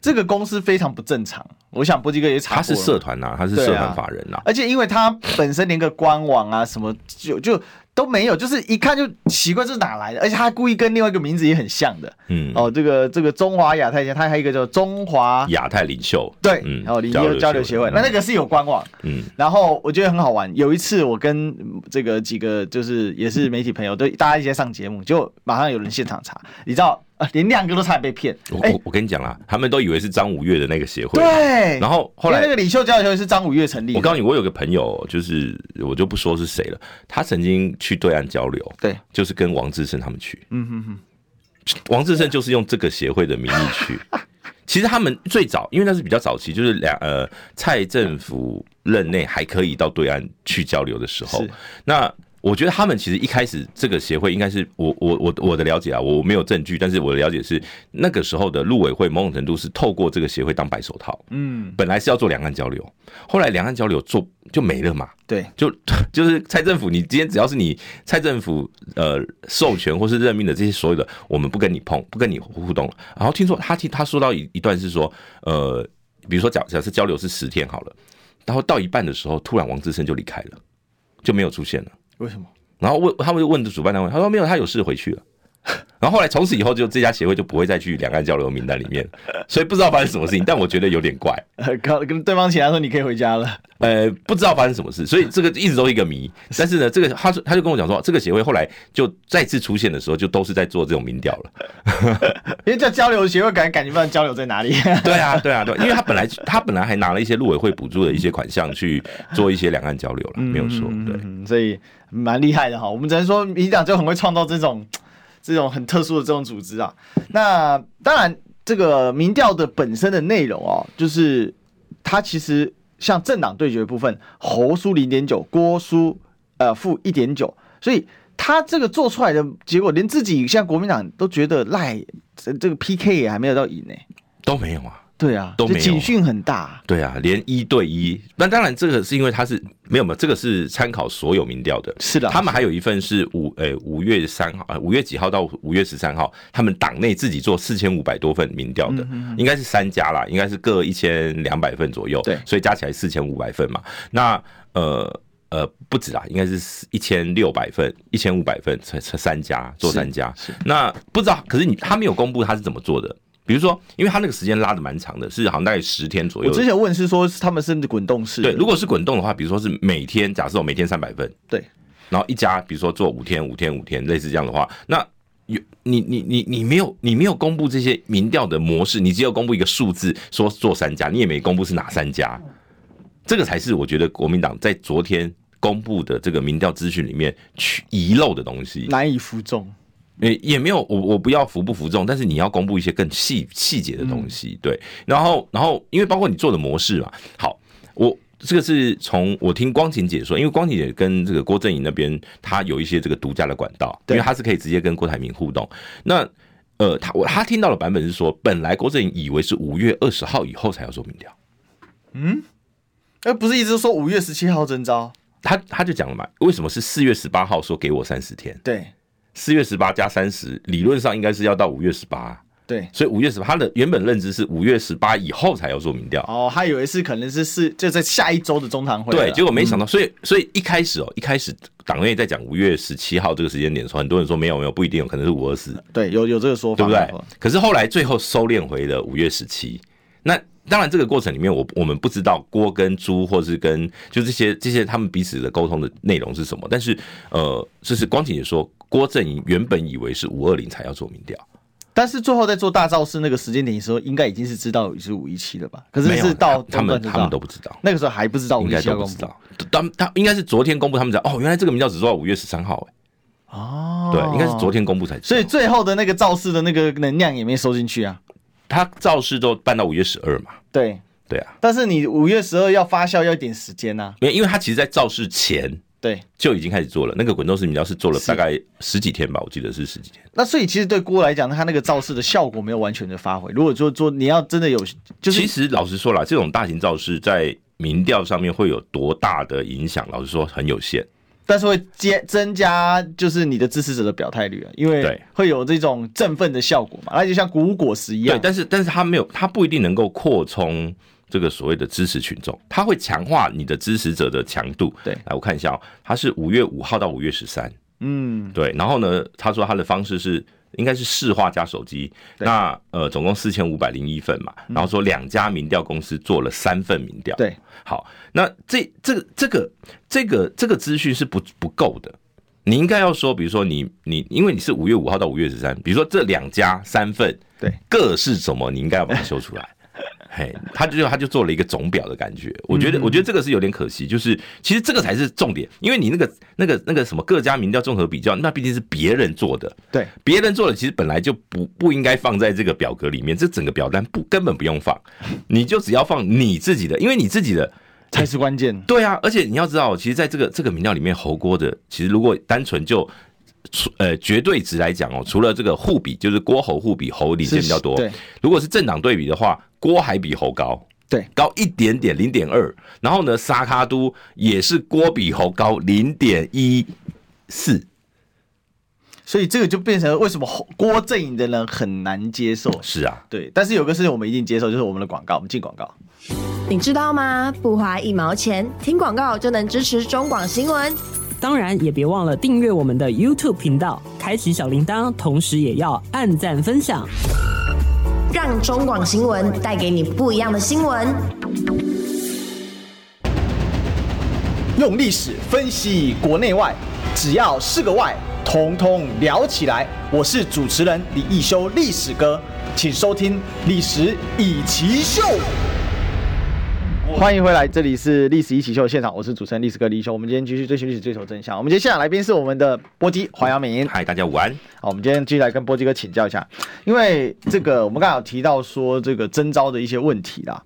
[SPEAKER 1] 这个公司非常不正常。我想波基哥也查
[SPEAKER 2] 他
[SPEAKER 1] 过
[SPEAKER 2] 是
[SPEAKER 1] 了
[SPEAKER 2] 社团呐、他是
[SPEAKER 1] 对啊
[SPEAKER 2] 社团法人呐、
[SPEAKER 1] 而且因为它本身连个官网啊什么就就都没有，就是一看就奇怪，这是哪来的？而且他故意跟另外一个名字也很像的，
[SPEAKER 2] 嗯，
[SPEAKER 1] 哦，这个这个中华亚太协，他还有一个叫中华
[SPEAKER 2] 亚太领袖，
[SPEAKER 1] 对，
[SPEAKER 2] 嗯
[SPEAKER 1] 哦，零一交流协会，那那个是有官网，
[SPEAKER 2] 嗯
[SPEAKER 1] 然后我觉得很好玩。有一次我跟嗯这个几个就是也是媒体朋友，都大家一起在上节目，就马上有人现场查，你知道，呃、连亮哥都差点被骗，
[SPEAKER 2] 我
[SPEAKER 1] 哎、
[SPEAKER 2] 我我跟你讲啦，他们都以为是张五月的那个协会，啊
[SPEAKER 1] 对，
[SPEAKER 2] 然后后
[SPEAKER 1] 因为
[SPEAKER 2] 来
[SPEAKER 1] 那个领袖交流协会是张五月成立的，
[SPEAKER 2] 我告诉你，我有个朋友，就是我就不说是谁了，他曾经去对岸交流，
[SPEAKER 1] 对，
[SPEAKER 2] 就是跟王志胜他们去，
[SPEAKER 1] 嗯哼哼，
[SPEAKER 2] 王志胜就是用这个协会的名义 去。其实他们最早，因为那是比较早期，就是两呃蔡政府任内还可以到对岸去交流的时候
[SPEAKER 1] 是，
[SPEAKER 2] 那。我觉得他们其实一开始这个协会应该是我我我我的了解啊，我没有证据，但是我的了解是那个时候的陆委会某种程度是透过这个协会当白手套，
[SPEAKER 1] 嗯，
[SPEAKER 2] 本来是要做两岸交流，后来两岸交流做就没了嘛，
[SPEAKER 1] 对，
[SPEAKER 2] 就就是蔡政府，你今天只要是你蔡政府呃授权或是任命的这些所有的，我们不跟你碰，不跟你互动了。然后听说他听他说到一一段是说，呃，比如说假假设交流是十天好了，然后到一半的时候，突然王志胜就离开了，就没有出现了。
[SPEAKER 1] 为什么？
[SPEAKER 2] 然后问他们就问主办单位，他说没有，他有事回去了。 然后后来从此以后就这家协会就不会再去两岸交流名单里面了，所以不知道发生什么事情，但我觉得有点怪。
[SPEAKER 1] 呃，跟跟对方起来说你可以回家了，
[SPEAKER 2] 呃，不知道发生什么事，所以这个一直都是一个 谜。但是呢，这个他说他就跟我讲说，这个协会后来就再次出现的时候，就都是在做这种民调了。
[SPEAKER 1] 因为叫交流协会感感觉不到交流在哪里，
[SPEAKER 2] 对啊，对啊，对 啊，因为他本来他本来还拿了一些陆委会补助的一些款项去做一些两岸交流了，没有错。对，
[SPEAKER 1] 嗯，所以蛮厉害的哈。我们只能说，民进党就很会创造这种这种很特殊的这种组织啊。那当然，这个民调的本身的内容哦，就是它其实像政党对决的部分，侯输零点九，郭输呃负一点九，所以他这个做出来的结果，连自己现在国民党都觉得赖这这个 PK 也还没有到赢呢、
[SPEAKER 2] 都没有啊。
[SPEAKER 1] 对啊，
[SPEAKER 2] 都
[SPEAKER 1] 就
[SPEAKER 2] 没有
[SPEAKER 1] 警讯很大，
[SPEAKER 2] 对啊，连一对一，那当然这个是因为他是没有没有，这个是参考所有民调的，
[SPEAKER 1] 是的，
[SPEAKER 2] 他们还有一份是五诶五月三号，呃五月几号到五月十三号，他们党内自己做四千五百多份民调
[SPEAKER 1] 嗯
[SPEAKER 2] 的，应该是三家啦，应该是各一千两百份左右，
[SPEAKER 1] 对
[SPEAKER 2] 所以加起来四千五百份嘛。那呃呃不止啦，应该是一千六百份，一千五百份，才才三家做三家。
[SPEAKER 1] 是
[SPEAKER 2] 那不知道，可是你他没有公布他是怎么做的。比如说，因为他那个时间拉的蛮长的，是好像大概十天左
[SPEAKER 1] 我
[SPEAKER 2] 右的
[SPEAKER 1] 之前问是说他们是滚动式的，
[SPEAKER 2] 对，如果是滚动的话，比如说是每天，假设我每天三百份，
[SPEAKER 1] 对，
[SPEAKER 2] 然后一家比如说做五天、五天、五天，类似这样的话，那有你你你你没有你没有公布这些民调的模式，你只有公布一个数字，说做三家，你也没公布是哪三家，这个才是我觉得国民党在昨天。公布的这个民调资讯里面去遗漏的东西，
[SPEAKER 1] 难以服众。
[SPEAKER 2] 也也没有，我我不要服不服众，但是你要公布一些更细细节的东西，对。然后然后因为包括你做的模式嘛，好，我这个是从我听光晴姐说，因为光晴姐跟这个郭正颖那边，她有一些这个独家的管道，因
[SPEAKER 1] 对
[SPEAKER 2] 为她是可以直接跟郭台铭互动。那呃，她我她听到的版本是说，本来郭正颖以为是五月二十号以后才要做民调。
[SPEAKER 1] 哎，不是一直说五月十七号征招？
[SPEAKER 2] 他他就讲了嘛，为什么是四月十八号说给我三十天？
[SPEAKER 1] 对
[SPEAKER 2] 四月十八加三十，理论上应该是要到五月十八、
[SPEAKER 1] 对。
[SPEAKER 2] 所以五月十八，他的原本认知是五月十八以后才要做民调。
[SPEAKER 1] 哦，他以为是可能是是就在下一周的中堂会啊了。
[SPEAKER 2] 对，啊嗯结果没想到，所以所以一开始哦，一开始党内在讲五月十七号这个时间点的时候，很多人说没有没有，不一定哦有可能是五二四，
[SPEAKER 1] 对有有这个说
[SPEAKER 2] 对
[SPEAKER 1] 法，
[SPEAKER 2] 不对？可是后来最后收敛回了五月十七。那当然，这个过程里面我，我们不知道郭跟朱，或是跟就这些这些他们彼此的沟通的内容是什么。但是呃，就是光景也说，郭正营原本以为是五二零才要做民调，
[SPEAKER 1] 但是最后在做大造势那个时间点的时候，应该已经是知道是五一七了吧？可是
[SPEAKER 2] 没有
[SPEAKER 1] 是到
[SPEAKER 2] 他们
[SPEAKER 1] 中段才知道
[SPEAKER 2] 他们都不知道。
[SPEAKER 1] 那个时候还不知道五
[SPEAKER 2] 应
[SPEAKER 1] 一
[SPEAKER 2] 该
[SPEAKER 1] 七
[SPEAKER 2] 都
[SPEAKER 1] 要
[SPEAKER 2] 不
[SPEAKER 1] 公
[SPEAKER 2] 知
[SPEAKER 1] 布
[SPEAKER 2] 道。他们他应该是昨天公布，他们讲哦，原来这个民调只做到五月十三号、哎，
[SPEAKER 1] 哦，
[SPEAKER 2] 对，应该是昨。天公布才知道。
[SPEAKER 1] 所以最后的那个造势的那个能量也没收进去啊。
[SPEAKER 2] 他造势都办到五月十二嘛，
[SPEAKER 1] 对，
[SPEAKER 2] 对啊，
[SPEAKER 1] 但是你五月十二要发酵要一点时间呐、
[SPEAKER 2] 因为因为他其实，在造势前
[SPEAKER 1] 对，
[SPEAKER 2] 就已经开始做了，那个滚动式民调是做了
[SPEAKER 1] 是
[SPEAKER 2] 大概十几天吧，我记得是十几天。
[SPEAKER 1] 那所以其实对郭来讲，他那个造势的效果没有完全的发挥。如果说说你要真的有，就是
[SPEAKER 2] 其实老实说啦，这种大型造势在民调上面会有多大的影响？老实说，很有限。
[SPEAKER 1] 但是会接增加就是你的支持者的表态率啊，因为
[SPEAKER 2] 对
[SPEAKER 1] 会有这种振奋的效果嘛，那就像鼓舞果实一
[SPEAKER 2] 对
[SPEAKER 1] 样，。
[SPEAKER 2] 但是但是他没有，他不一定能够扩充这个所谓的支持群众，他会强化你的支持者的强度。
[SPEAKER 1] 对
[SPEAKER 2] 来我看一下哦，他是五月五号到五月十三，
[SPEAKER 1] 嗯，
[SPEAKER 2] 对，然后呢，他说他的方式是应该是市话加手机，
[SPEAKER 1] 对嗯
[SPEAKER 2] 那呃总共四千五百零一份嘛，然后说两家民调公司做了三份民调，，
[SPEAKER 1] 对，
[SPEAKER 2] 好，那这这个这个这个这个资讯是不不够的。你应该要说，比如说你你，因为你是五月五号到五月十三，比如说这两家三份，
[SPEAKER 1] 对，
[SPEAKER 2] 各是什么，你应该要把它修出来。嘿，他就他就做了一个总表的感觉，我觉得我觉得这个是有点可惜，就是其实这个才是重点，因为你那个那个那个什么各家民调综合比较，那毕竟是别人做的，
[SPEAKER 1] 对，
[SPEAKER 2] 别人做的其实本来就不不应该放在这个表格里面，这整个表单不根本不用放，你就只要放你自己的，因为你自己的
[SPEAKER 1] 才是关键。
[SPEAKER 2] 对啊，而且你要知道，其实在这个这个民调里面，侯郭的其实如果单纯就除呃绝对值来讲哦，除了这个互比，就是郭侯互比，侯领先比较多。
[SPEAKER 1] 是对，
[SPEAKER 2] 如果是政党对比的话，郭还比侯高。
[SPEAKER 1] 对，
[SPEAKER 2] 高一点点，零点二。然后呢，沙卡都也是郭比侯高零点一四。
[SPEAKER 1] 所以这个就变成为什么侯郭阵营的人很难接受。
[SPEAKER 2] 是啊，
[SPEAKER 1] 对，但是有个事情我们一定接受，就是我们的广告，我们进广告。
[SPEAKER 3] 你知道吗？不花一毛钱，听广告就能支持中广新闻。
[SPEAKER 4] 当然也别忘了订阅我们的 YouTube 频道，开启小铃铛，同时也要按赞分享。
[SPEAKER 3] 让中广新闻带给你不一样的新闻。
[SPEAKER 1] 用历史分析国内外，只要是个“外”，统统聊起来。我是主持人李一修，历史哥，请收听《历史以奇秀》。欢迎回来，这里是《历史一起秀》现场，我是主持人历史哥李一修。我们今天继续追寻历史，追求真相。我们今天现场来宾是我们的波基黄阳明。
[SPEAKER 2] 嗨，大家午安。
[SPEAKER 1] 好，我们今天继续来跟波基哥请教一下，因为这个我们刚好提到说这个征招的一些问题啦。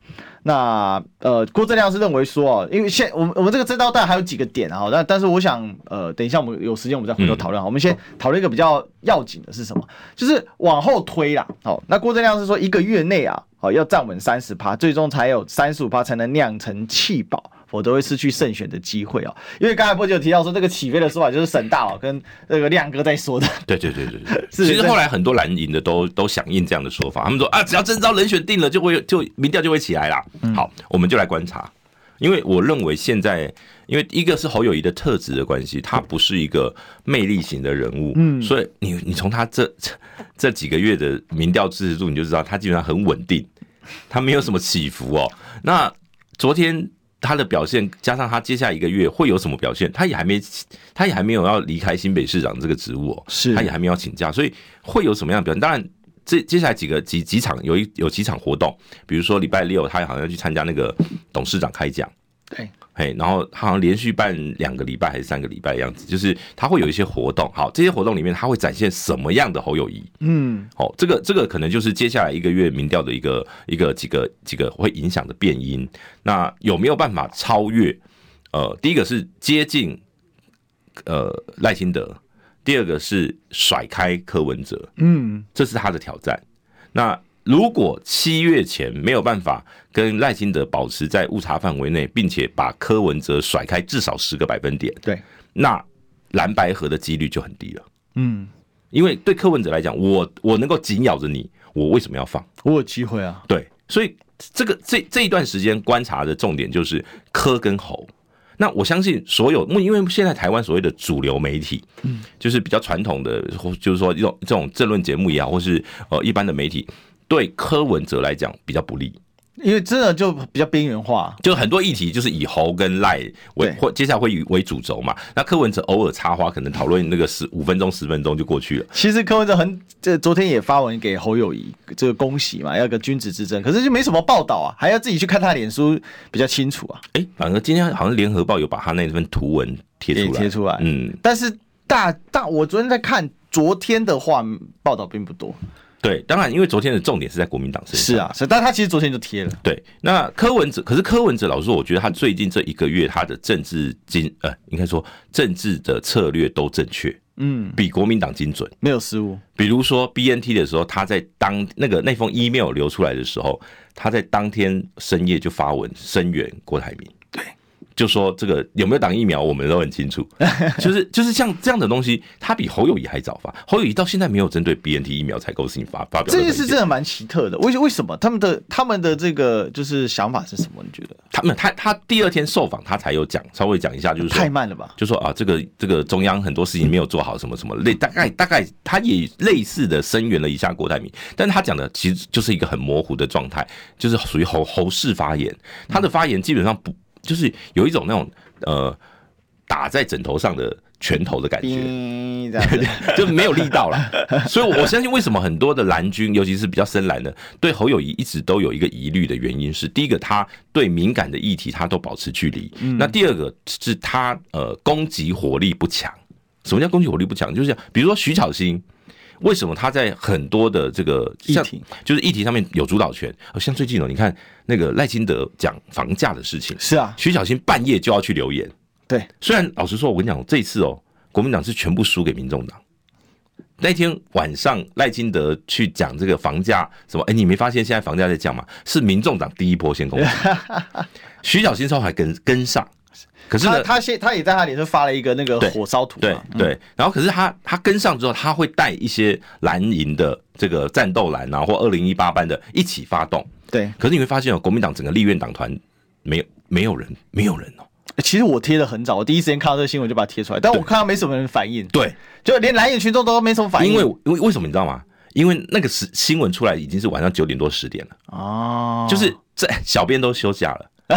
[SPEAKER 1] 那呃，郭正亮是认为说哦，因为现我们我们这个征招当然还有几个点啊，但但是我想呃，等一下我们有时间我们再回头讨论哈。我们先讨论一个比较要紧的是什么，就是往后推啦。好，那郭正亮是说一个月内啊，好要站稳三十趴，最终才有三十五趴才能酿成气宝。否则会失去胜选的机会哦，因为刚才波姐有提到说，这个起飞的说法就是沈大佬跟那个亮哥在说的，
[SPEAKER 2] 对对对对对，
[SPEAKER 1] 是
[SPEAKER 2] 其实后来很多蓝营的都都响应这样的说法，他们说啊，只要征召人选定了，就会有就民调就会起来啦。好，我们就来观察，因为我认为现在，因为一个是侯友谊的特质的关系，他不是一个魅力型的人物，嗯，所以你你从他这这这几个月的民调支持度，你就知道他基本上很稳定，他没有什么起伏哦。那昨天他的表现，加上他接下来一个月会有什么表现，他也还没，他也还没有要离开新北市长这个职务、哦，
[SPEAKER 1] 是
[SPEAKER 2] 他也还没有请假，所以会有什么样的表现？当然。这接下来几个几几场有一有几场活动，比如说礼拜六他好像去参加那个董事长开讲，
[SPEAKER 1] 对，
[SPEAKER 2] 嘿，然后他好像连续办两个礼拜还是三个礼拜的样子，就是他会有一些活动。好，这些活动里面他会展现什么样的侯友谊？
[SPEAKER 1] 嗯，
[SPEAKER 2] 哦，这个这个可能就是接下来一个月民调的一个一个几个几个会影响的变因。那有没有办法超越？呃，第一个是接近呃赖清德，第二个是甩开柯文哲，
[SPEAKER 1] 嗯，
[SPEAKER 2] 这是他的挑战。那如果七月前没有办法跟赖清德保持在误差范围内，并且把柯文哲甩开至少十个百分点，
[SPEAKER 1] 对，
[SPEAKER 2] 那蓝白合的几率就很低了。
[SPEAKER 1] 嗯，
[SPEAKER 2] 因为对柯文哲来讲，我我能够紧咬着你，我为什么要放？
[SPEAKER 1] 我有机会啊，
[SPEAKER 2] 对，所以这个这这一段时间观察的重点就是柯跟侯。那我相信所有，因为现在台湾所谓的主流媒体，嗯，就是比较传统的，或就是说这种这种政论节目也好，或是呃一般的媒体，对柯文哲来讲比较不利。
[SPEAKER 1] 因为真的就比较边缘化，
[SPEAKER 2] 就很多议题就是以侯跟赖为
[SPEAKER 1] 对
[SPEAKER 2] 或接下来会以为主轴嘛。那柯文哲偶尔插花，可能讨论那个十五分钟十分钟就过去了。
[SPEAKER 1] 其实柯文哲很，这昨天也发文给侯友谊，这个恭喜嘛，要个君子之争，可是就没什么报道啊，还要自己去看他脸书比较清楚啊，
[SPEAKER 2] 哎、反而今天好像联合报有把他那份图文贴
[SPEAKER 1] 也
[SPEAKER 2] 出来，
[SPEAKER 1] 贴出来，
[SPEAKER 2] 嗯，
[SPEAKER 1] 但是大大，我昨天在看昨天的话，报道并不多，
[SPEAKER 2] 对，当然因为昨天的重点是在国民党身上，
[SPEAKER 1] 是啊，是，但他其实昨天就贴了，
[SPEAKER 2] 对，那柯文哲，可是柯文哲老师，我觉得他最近这一个月他的政治经呃，应该说政治的策略都正确，
[SPEAKER 1] 嗯，
[SPEAKER 2] 比国民党精准。
[SPEAKER 1] 没有失误，
[SPEAKER 2] 比如说 BNT 的时候，他在当那个那封 email 流出来的时候，他在当天深夜就发文声援郭台铭。对，就说这个有没有打疫苗，我们都很清 楚。就是就是像这样的东西，他比侯友谊还早发。侯友谊到现在没有针对 B N T 疫苗采购事情发发表任何
[SPEAKER 1] 这
[SPEAKER 2] 意见。
[SPEAKER 1] 件事真的蛮奇特的。为为什么他们的他们的这个就是想法是什么？你觉得
[SPEAKER 2] 他们他他第二天受访，他才有讲，稍微讲一下，就是说
[SPEAKER 1] 太慢了吧？
[SPEAKER 2] 就说啊，这个这个中央很多事情没有做好，什么什么类，大概大概他也类似的声援了一下郭台铭，但是他讲的其实就是一个很模糊的状态，就是属于侯侯式发言，他的发言基本上不就是有一种那种呃打在枕头上的拳头的感觉，
[SPEAKER 1] 叮这样子，
[SPEAKER 2] 就没有力道了。 所以我相信，为什么很多的蓝军，尤其是比较深蓝的，对侯友谊一直都有一个疑虑的原因是：第一个，他对敏感的议题他都保持距离；那第二个是他呃攻击火力不强。什么叫攻击火力不强？就是讲，比如说徐巧芯。为什么他在很多的这个像
[SPEAKER 1] 议题
[SPEAKER 2] 就是议题上面有主导权？呃像最近哦，你看那个赖清德讲房价的事情，
[SPEAKER 1] 是啊，
[SPEAKER 2] 徐巧芯半夜就要去留言，
[SPEAKER 1] 对，
[SPEAKER 2] 虽然老实说，我跟你讲，这一次哦，国民党是全部输给民众党。那天晚上，赖清德去讲这个房价什么？哎、你没发现现在房价在降吗？是民众党第一波先攻 击，徐小新超还跟跟上，可是
[SPEAKER 1] 他
[SPEAKER 2] 呢，
[SPEAKER 1] 他嗯先他也在他脸上发了一个那个
[SPEAKER 2] 对
[SPEAKER 1] 火烧图
[SPEAKER 2] 对
[SPEAKER 1] 嘛，
[SPEAKER 2] 对，然后可是他他跟上之后，他会带一些蓝营的这个战斗蓝啊，或二零一八班的一起发动。
[SPEAKER 1] 对。
[SPEAKER 2] 可是你会发现哦，国民党整个立院党团没有没有人没有人哦，
[SPEAKER 1] 其实我贴的很早，我第一时间看到这个新闻就把它贴出来，但我看到没什么人反应，
[SPEAKER 2] 对，
[SPEAKER 1] 就连蓝眼群众都没什么反应。
[SPEAKER 2] 因为因为为什么你知道吗？因为那个时新闻出来已经是晚上九点多十点了，
[SPEAKER 1] 哦，
[SPEAKER 2] 就是这小编都休假了，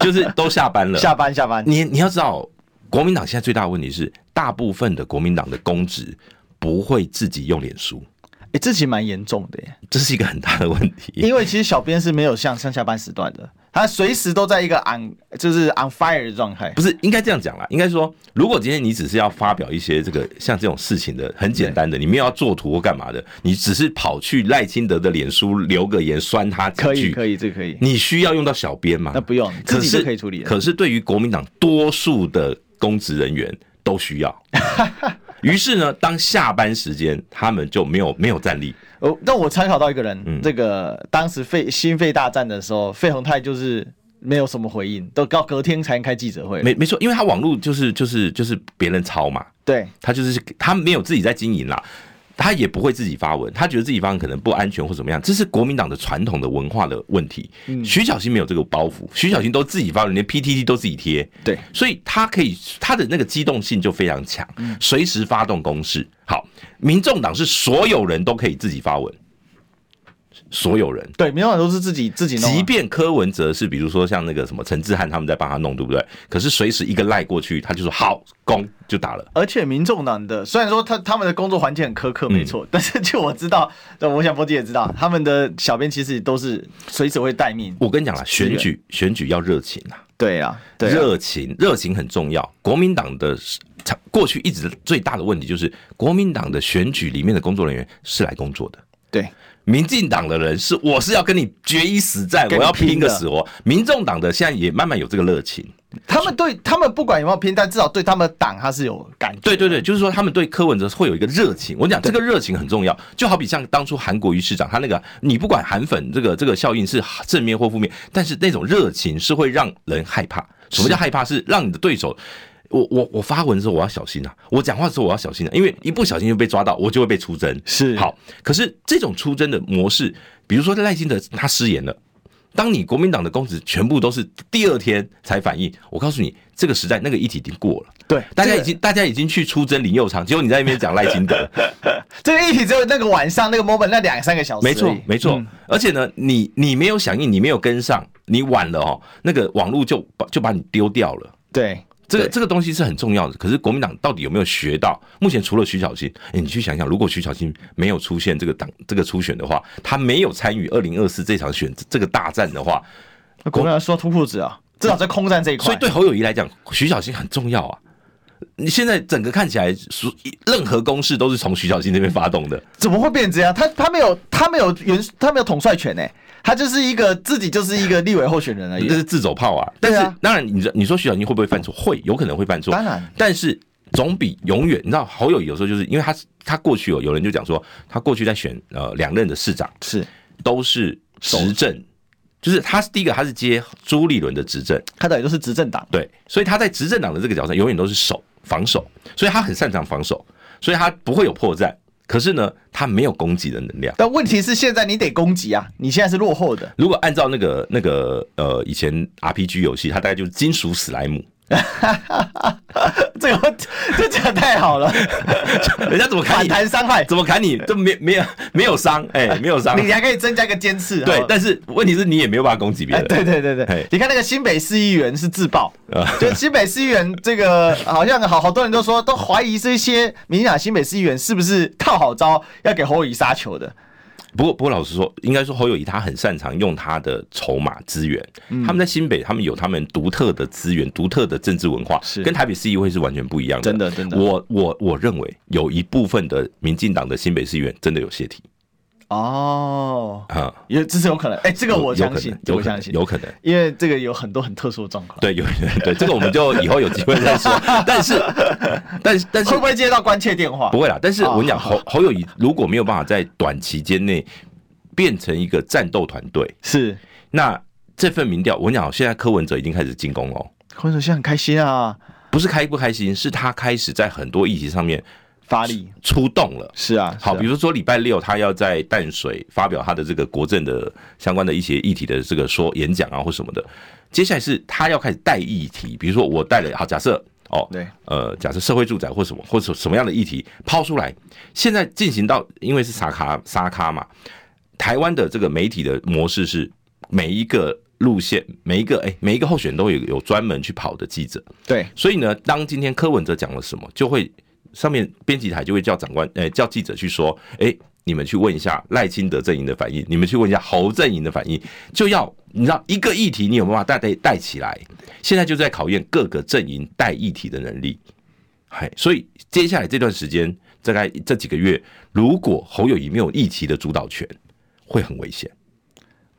[SPEAKER 2] 就是都下班了。
[SPEAKER 1] 下班下班，
[SPEAKER 2] 你你要知道，国民党现在最大的问题是，大部分的国民党的公职不会自己用脸书，
[SPEAKER 1] 哎、这其实蛮严重的耶，
[SPEAKER 2] 这是一个很大的问题。
[SPEAKER 1] 因为其实小编是没有像上下班时段的，他随时都在一个 on 就是 on fire 的状态
[SPEAKER 2] 不。是应该这样讲啦，应该说，如果今天你只是要发表一些这个像这种事情的很简单的，你没有要做图或干嘛的，你只是跑去赖清德的脸书留个言酸他几
[SPEAKER 1] 可以
[SPEAKER 2] 句，
[SPEAKER 1] 可以，这个可以。
[SPEAKER 2] 你需要用到小编吗？
[SPEAKER 1] 那不用
[SPEAKER 2] 可
[SPEAKER 1] 自己就是可以处理了
[SPEAKER 2] 可是对于国民党多数的公职人员都 需要。于是呢，当下班时间，他们就没有没有战力。
[SPEAKER 1] 哦，那我参考到一个人，
[SPEAKER 2] 嗯
[SPEAKER 1] 这个当时费新费大战的时候，费宏泰就是没有什么回应，都到隔天才开记者会。
[SPEAKER 2] 没没错，因为他网络就是就是就是别人抄嘛，
[SPEAKER 1] 对，
[SPEAKER 2] 他就是他没有自己在经营啦，他也不会自己发文，他觉得自己发文可能不安全或怎么样，这是国民党的传统的文化的问题。
[SPEAKER 1] 嗯
[SPEAKER 2] 徐小新没有这个包袱，徐小新都自己发文，连 PTT 都自己贴，
[SPEAKER 1] 对，
[SPEAKER 2] 所以他可以他的那个机动性就非常强，
[SPEAKER 1] 嗯
[SPEAKER 2] 随时发动攻势。好，民众党是所有人都可以自己发文，所有人。
[SPEAKER 1] 对，民众党都是自己自己弄啊、
[SPEAKER 2] 即便柯文哲是，比如说像那个什么陈志汉他们在帮他弄，对不对？可是随时一个赖过去，他就说好攻就打了。
[SPEAKER 1] 而且民众党的虽然说他他们的工作环境很苛刻，没错， 但是就我知道，对我想波姐也知道，他们的小编其实都是随时会待命。
[SPEAKER 2] 我跟你讲啦，
[SPEAKER 1] 是
[SPEAKER 2] 选
[SPEAKER 1] 的
[SPEAKER 2] 举选举要热情啊，
[SPEAKER 1] 对啊，对啊，
[SPEAKER 2] 热情热情很重要。国民党的过去一直最大的问题就是，国民党的选举里面的工作人员是来工作的。
[SPEAKER 1] 对，
[SPEAKER 2] 民进党的人是我是要跟你决一死战，
[SPEAKER 1] 跟
[SPEAKER 2] 我
[SPEAKER 1] 你
[SPEAKER 2] 要拼个
[SPEAKER 1] 拼的
[SPEAKER 2] 死活。民众党的现在也慢慢有这个热情，
[SPEAKER 1] 他们对他们不管有没有偏，但至少对他们的党他是有感觉。
[SPEAKER 2] 对对对，就是说他们对柯文哲会有一个热情。我讲这个热情很重要，就好比像当初韩国瑜市长，他那个你不管韩粉这个这个效应是正面或负面，但是那种热情是会让人害怕。什么叫害怕？是让你的对手。我我我发文的时候我要小心啊，我讲话的时候我要小心啊，因为一不小心就被抓到，我就会被出征。
[SPEAKER 1] 是
[SPEAKER 2] 好，可是这种出征的模式，比如说赖清德他失言了。当你国民党的公职全部都是第二天才反应，我告诉你，这个时代那个议题已经过了。
[SPEAKER 1] 对
[SPEAKER 2] 大家
[SPEAKER 1] 这
[SPEAKER 2] 已
[SPEAKER 1] 个
[SPEAKER 2] 经大家已经去出征林佑昌，结果你在那边讲赖 清德，
[SPEAKER 1] 这个议题只有那个晚上那个 moment 那两三个小时而已，
[SPEAKER 2] 没错没错
[SPEAKER 1] 嗯。
[SPEAKER 2] 而且呢，你你没有响应，你没有跟上，你晚了哦，那个网络就把就把你丢掉了。
[SPEAKER 1] 对，
[SPEAKER 2] 这个
[SPEAKER 1] 对
[SPEAKER 2] 这个东西是很重要的，可是国民党到底有没有学到？目前除了徐小新，哎，你去想想，如果徐小新没有出现这个党这个初选的话，他没有参与二零二四这场选这个大战的话，
[SPEAKER 1] 那国民党说脱裤子啊，至少在空战这一块，
[SPEAKER 2] 所以对侯友谊来讲，徐小新很重要啊。你现在整个看起来，所任何攻势都是从徐小新那边发动的，
[SPEAKER 1] 怎么会变成这样？他他没有他没有元他没有统帅权呢、他就是一个自己就是一个立委候选人而已
[SPEAKER 2] 这
[SPEAKER 1] 啊、
[SPEAKER 2] 是自走炮啊。但是、
[SPEAKER 1] 对啊
[SPEAKER 2] 当然你，说你说徐小新会不会犯错？会，有可能会犯错。
[SPEAKER 1] 当然，
[SPEAKER 2] 但是总比永远，你知道侯友宜有时候就是因为他他过去有有人就讲说，他过去在选呃两任的市长
[SPEAKER 1] 是
[SPEAKER 2] 都是
[SPEAKER 1] 手
[SPEAKER 2] 执政就是他是第一个，他是接朱立伦的执政，
[SPEAKER 1] 他等于就是执政党，
[SPEAKER 2] 对，所以他在执政党的这个角色永远都是守防守，所以他很擅长防守，所以他不会有破绽。可是呢，他没有攻击的能量。
[SPEAKER 1] 但问题是现在你得攻击啊，你现在是落后的，
[SPEAKER 2] 如果按照那个那个呃以前 RPG 游戏，它大概就是金属史莱姆，
[SPEAKER 1] 这个这讲得太好了，
[SPEAKER 2] 人家怎么砍
[SPEAKER 1] 反
[SPEAKER 2] 你，
[SPEAKER 1] 弹伤害，
[SPEAKER 2] 怎么砍你都没没有没有伤，哎、没有伤。
[SPEAKER 1] 你还可以增加一个尖刺，
[SPEAKER 2] 对
[SPEAKER 1] 好，
[SPEAKER 2] 但是问题是你也没有办法攻击别
[SPEAKER 1] 哎，
[SPEAKER 2] 人。
[SPEAKER 1] 对对对
[SPEAKER 2] 嘿
[SPEAKER 1] 对，你看那个新北市议员是自爆
[SPEAKER 2] 啊，
[SPEAKER 1] 就新北市议员这个好像好好多人都说都怀疑这些民进党新北市议员是不是套好招要给侯友宜杀球的，
[SPEAKER 2] 不过，不过老实说，应该说侯友谊他很擅长用他的筹码资源。
[SPEAKER 1] 嗯
[SPEAKER 2] 他们在新北，他们有他们独特的资源、独特的政治文化，
[SPEAKER 1] 是
[SPEAKER 2] 跟台北市议会是完全不一样的。
[SPEAKER 1] 真的真的
[SPEAKER 2] 我我我认为有一部分的民进党的新北市议员真的有泄题
[SPEAKER 1] 哦，
[SPEAKER 2] 啊，
[SPEAKER 1] 也这是有可能，哎，这个
[SPEAKER 2] 有
[SPEAKER 1] 我
[SPEAKER 2] 有
[SPEAKER 1] 相
[SPEAKER 2] 可
[SPEAKER 1] 信
[SPEAKER 2] 能，
[SPEAKER 1] 这个我
[SPEAKER 2] 有可
[SPEAKER 1] 相
[SPEAKER 2] 能
[SPEAKER 1] 信，
[SPEAKER 2] 有可能。
[SPEAKER 1] 因为这个有很多很特殊的状况，
[SPEAKER 2] 对，有对这个我们就以后有机会再说。 但是，但是，但是
[SPEAKER 1] 会不会接到关切电话？
[SPEAKER 2] 不会啦。但是
[SPEAKER 1] 哦
[SPEAKER 2] 我跟你讲，
[SPEAKER 1] 好
[SPEAKER 2] 侯侯友谊如果没有办法在短期间内变成一个战斗团队，
[SPEAKER 1] 是，
[SPEAKER 2] 那这份民调，我跟你讲，现在柯文哲已经开始进攻哦，
[SPEAKER 1] 黄守现在很开心啊，
[SPEAKER 2] 不是开不开心，是他开始在很多议题上面
[SPEAKER 1] 发力
[SPEAKER 2] 出动了。
[SPEAKER 1] 是啊，
[SPEAKER 2] 好，
[SPEAKER 1] 是啊
[SPEAKER 2] 比如说礼拜六他要在淡水发表他的这个国政的相关的一些议题的这个说演讲啊或什么的。接下来是他要开始带议题，比如说我带了好假设哦，
[SPEAKER 1] 对，
[SPEAKER 2] 呃，假设社会住宅或什么或者什么样的议题抛出来，现在进行到因为是沙卡沙卡嘛，台湾的这个媒体的模式是每一个路线每一个哎、每一个候选人都有有专门去跑的记者，
[SPEAKER 1] 对，
[SPEAKER 2] 所以呢，当今天柯文哲讲了什么，就会上面编辑台就会叫长官，诶、叫记者去说，诶、你们去问一下赖清德阵营的反应，你们去问一下侯阵营的反应，就要你知道一个议题你有没有办法带带带起来，现在就在考验各个阵营带议题的能力。嗨，所以接下来这段时间，大概这几个月，如果侯友谊没有议题的主导权，会很危险。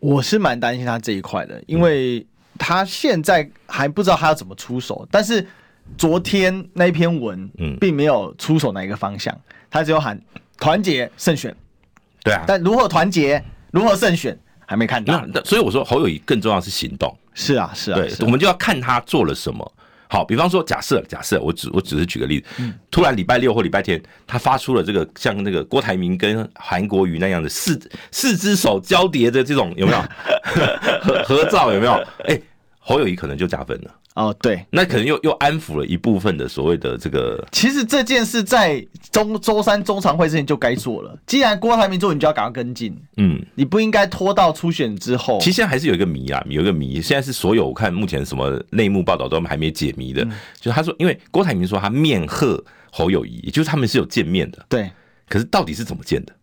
[SPEAKER 1] 我是蛮担心他这一块的，因
[SPEAKER 2] 嗯
[SPEAKER 1] 为他现在还不知道他要怎么出手，但是昨天那篇文，
[SPEAKER 2] 嗯
[SPEAKER 1] 并没有出手哪一个方向，他只有喊团结胜选，
[SPEAKER 2] 对啊，
[SPEAKER 1] 但如何团结，如何胜选，还没看到
[SPEAKER 2] 那。那所以我说侯友谊更重要的是行动。
[SPEAKER 1] 是啊，是啊，
[SPEAKER 2] 对，
[SPEAKER 1] 是
[SPEAKER 2] 我
[SPEAKER 1] 啊
[SPEAKER 2] 们就要看他做了什么。好，比方说假设假设，我只我只是举个例子，
[SPEAKER 1] 嗯
[SPEAKER 2] 突然礼拜六或礼拜天，他发出了这个像那个郭台铭跟韩国瑜那样的四四只手交叠的这种有没 有合合照有没有？哎、侯友谊可能就加分了，
[SPEAKER 1] 哦，对。
[SPEAKER 2] 那可能又又安抚了一部分的所谓的这个
[SPEAKER 1] 其实这件事在中周三中常会之前就该做了。既然郭台铭做，你就要赶快跟进，
[SPEAKER 2] 嗯。
[SPEAKER 1] 你不应该拖到初选之后。
[SPEAKER 2] 其实现在还是有一个谜啊，有一个谜，现在是所有我看目前什么内幕报道都还没解谜的，
[SPEAKER 1] 嗯
[SPEAKER 2] 就是他说，因为郭台铭说他面贺侯友谊，也就是他们是有见面的，
[SPEAKER 1] 对，
[SPEAKER 2] 可是到底是怎么见的？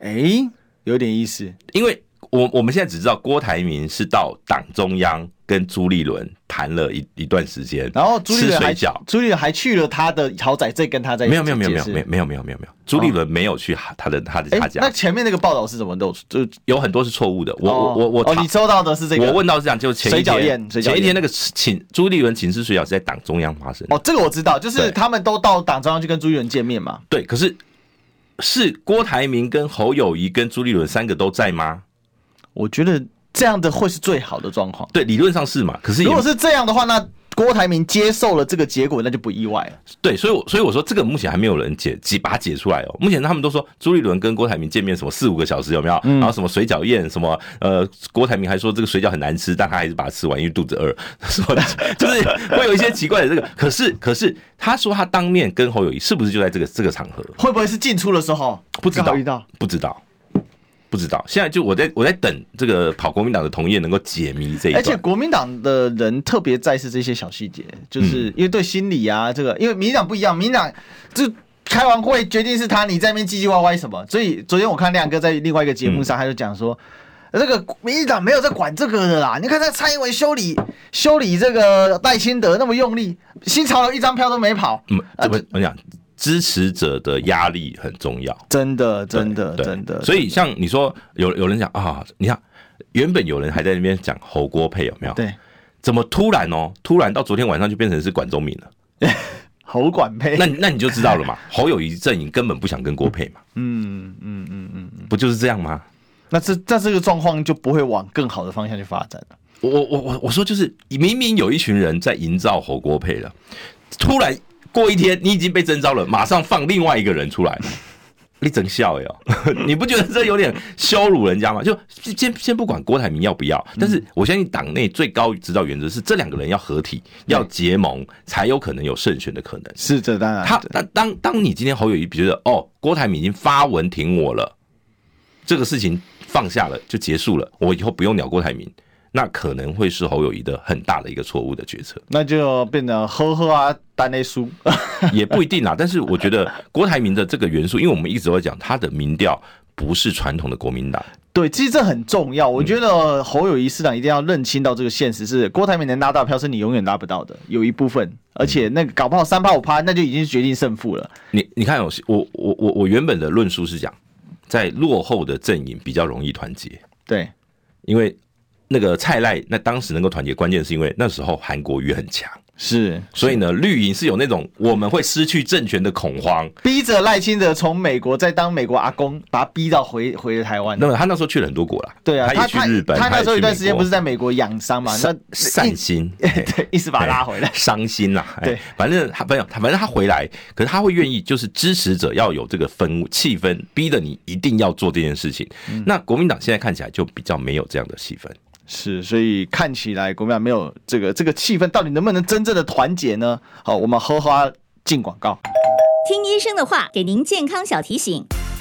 [SPEAKER 1] 哎、有点意思。
[SPEAKER 2] 因为我我们现在只知道郭台铭是到党中央跟朱立伦谈了一一段时间，
[SPEAKER 1] 然后朱立
[SPEAKER 2] 吃
[SPEAKER 1] 伦还
[SPEAKER 2] 水饺。
[SPEAKER 1] 朱立伦还去了他的豪宅，再跟他在一起
[SPEAKER 2] 没有没有没有没
[SPEAKER 1] 解
[SPEAKER 2] 有
[SPEAKER 1] 释
[SPEAKER 2] 没有没有没有没有没有，朱立伦没有去他的他的
[SPEAKER 1] 哎
[SPEAKER 2] 他
[SPEAKER 1] 那
[SPEAKER 2] 家，
[SPEAKER 1] 前面那个报道是怎么漏出？就
[SPEAKER 2] 有很多是错误的。我
[SPEAKER 1] 哦
[SPEAKER 2] 我我我
[SPEAKER 1] 哦，你收到的是这个？
[SPEAKER 2] 我问到是这样，就前一
[SPEAKER 1] 水饺宴
[SPEAKER 2] 天
[SPEAKER 1] 水饺宴
[SPEAKER 2] 前一天那个请朱立伦请示水饺是在党中央发生的
[SPEAKER 1] 哦，这个我知道，就是
[SPEAKER 2] 对
[SPEAKER 1] 他们都到党中央去跟朱立伦见面嘛。
[SPEAKER 2] 对，可是是郭台铭跟侯友谊跟朱立伦三个都在吗？
[SPEAKER 1] 我觉得这样的会是最好的状况。
[SPEAKER 2] 对，理论上是嘛，可是也
[SPEAKER 1] 如果是这样的话，那郭台铭接受了这个结果，那就不意外了。
[SPEAKER 2] 对，所以我所以我说这个目前还没有人解解把它解出来哦。目前他们都说朱立伦跟郭台铭见面什么四五个小时有没有？
[SPEAKER 1] 嗯
[SPEAKER 2] 然后什么水饺宴什么呃，郭台铭还说这个水饺很难吃，但他还是把它吃完，因为肚子饿。 什么就是会有一些奇怪的这个，可是可是他说他当面跟侯友谊是不是就在这个这个场合？
[SPEAKER 1] 会不会是进出的时候
[SPEAKER 2] 不知
[SPEAKER 1] 刚
[SPEAKER 2] 道
[SPEAKER 1] 好遇到？，
[SPEAKER 2] 不知道。不知道，现在就我在我在等这个跑国民党的同业能够解谜这一
[SPEAKER 1] 而且
[SPEAKER 2] 段。
[SPEAKER 1] 国民党的人特别在意这些小细节，就是
[SPEAKER 2] 嗯
[SPEAKER 1] 因为对心理啊，这个因为民进党不一样，民进党就开完会决定是他，你在那边唧唧歪歪什么？所以昨天我看亮哥在另外一个节目上，他就讲说。
[SPEAKER 2] 嗯
[SPEAKER 1] 这个民进党没有在管这个的啦！你看他蔡英文修理修理这个赖清德那么用力，新潮流一张票都没跑，
[SPEAKER 2] 嗯，
[SPEAKER 1] 啊
[SPEAKER 2] 这不我讲支持者的压力很重要。
[SPEAKER 1] 真的真的
[SPEAKER 2] 对
[SPEAKER 1] 真的。
[SPEAKER 2] 所以像你说，有有人讲啊，你看原本有人还在那边讲侯郭配有没有？，
[SPEAKER 1] 对
[SPEAKER 2] 怎么突然哦，突然到昨天晚上就变成是管中闵了？
[SPEAKER 1] 侯管配
[SPEAKER 2] 那，你那你就知道了嘛，侯友谊阵营根本不想跟郭配嘛，
[SPEAKER 1] 嗯嗯嗯嗯，
[SPEAKER 2] 不就是这样吗？
[SPEAKER 1] 那这那这个状况就不会往更好的方向去发展了。
[SPEAKER 2] 我我我我我说就是，明明有一群人在营造火锅配了，突然过一天你已经被征召了，马上放另外一个人出来，你真笑哟！ 你不觉得这有点羞辱人家吗？就先先不管郭台铭要不要，但是我相信党内最高指导原则是这两个人要合体，要结盟，才有可能有胜选的可能。
[SPEAKER 1] 是这当然，
[SPEAKER 2] 他当当当你今天侯友谊觉得哦，郭台铭已经发文挺我了，这个事情放下了就结束了，我以后不用鸟郭台铭，那可能会是侯友谊的很大的一个错误的决策
[SPEAKER 1] 那就变得呵呵啊，单类输。
[SPEAKER 2] 也不一定啊啦。但是我觉得郭台铭的这个元素，因为我们一直都在讲他的民调不是传统的国民党，
[SPEAKER 1] 对，其实这很重要。我觉得侯友谊市长一定要认清到这个现实是，郭台铭能拉到票是你永远拉不到的，有一部分，而且那个搞不好三趴五趴，那就已经决定胜负了。
[SPEAKER 2] 你你看我我我我我原本的论述是讲，在落后的阵营比较容易团结，
[SPEAKER 1] 对，
[SPEAKER 2] 因为那个蔡赖那当时能够团结，关键是因为那时候韩国瑜很强。
[SPEAKER 1] 是
[SPEAKER 2] 所以呢，绿营是有那种我们会失去政权的恐慌。
[SPEAKER 1] 逼着赖清德从美国再当美国阿公，把他逼到回回台湾
[SPEAKER 2] 那。么他那时候去了很多国啦，
[SPEAKER 1] 对啊，
[SPEAKER 2] 他也
[SPEAKER 1] 他
[SPEAKER 2] 去日本，
[SPEAKER 1] 他他那时候
[SPEAKER 2] 也去
[SPEAKER 1] 一段时间
[SPEAKER 2] 美
[SPEAKER 1] 不
[SPEAKER 2] 国
[SPEAKER 1] 是在美国养伤嘛？那
[SPEAKER 2] 善善心，
[SPEAKER 1] 对， 一直把他拉回来
[SPEAKER 2] 哎。伤心啦。哎
[SPEAKER 1] 对，
[SPEAKER 2] 反正他没有，他反正他回来，可是他会愿意，就是支持者要有这个氛气氛，逼得你一定要做这件事情。
[SPEAKER 1] 嗯
[SPEAKER 2] 那国民党现在看起来就比较没有这样的气氛。
[SPEAKER 1] 是，所以看起来国民党没有这个这个气氛，到底能不能真正的团结呢？好，我们呵呵啊进广告。
[SPEAKER 5] 听医生的话，给您健康小提醒。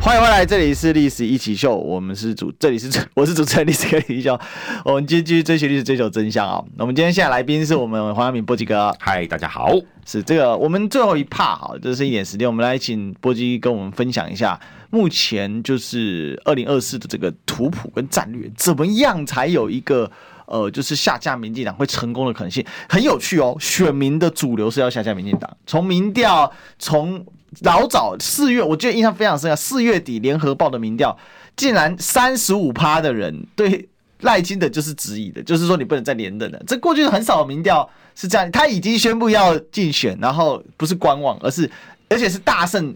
[SPEAKER 1] 欢迎回来，这里是《历史一起秀》，我们是主， 这里是主，我是主持人历史哥李一修。我们继续追寻历史，追求真相啊！那我们今天现在来宾是我们黄阳明波吉哥，
[SPEAKER 2] 嗨，大家好，
[SPEAKER 1] 是这个，我们最后一 part 哈，这是一点时间，我们来请波基跟我们分享一下，目前就是二零二四的这个图谱跟战略，怎么样才有一个呃，就是下架民进党会成功的可能性？很有趣哦，选民的主流是要下架民进党，从民调，从老早四月，我记得印象非常深啊，四月底联合报的民调，竟然三十五趴的人对赖清德就是质疑的，就是说你不能再连任了。这过去很少有民调是这样，他已经宣布要竞选，然后不是观望，而是而且是大胜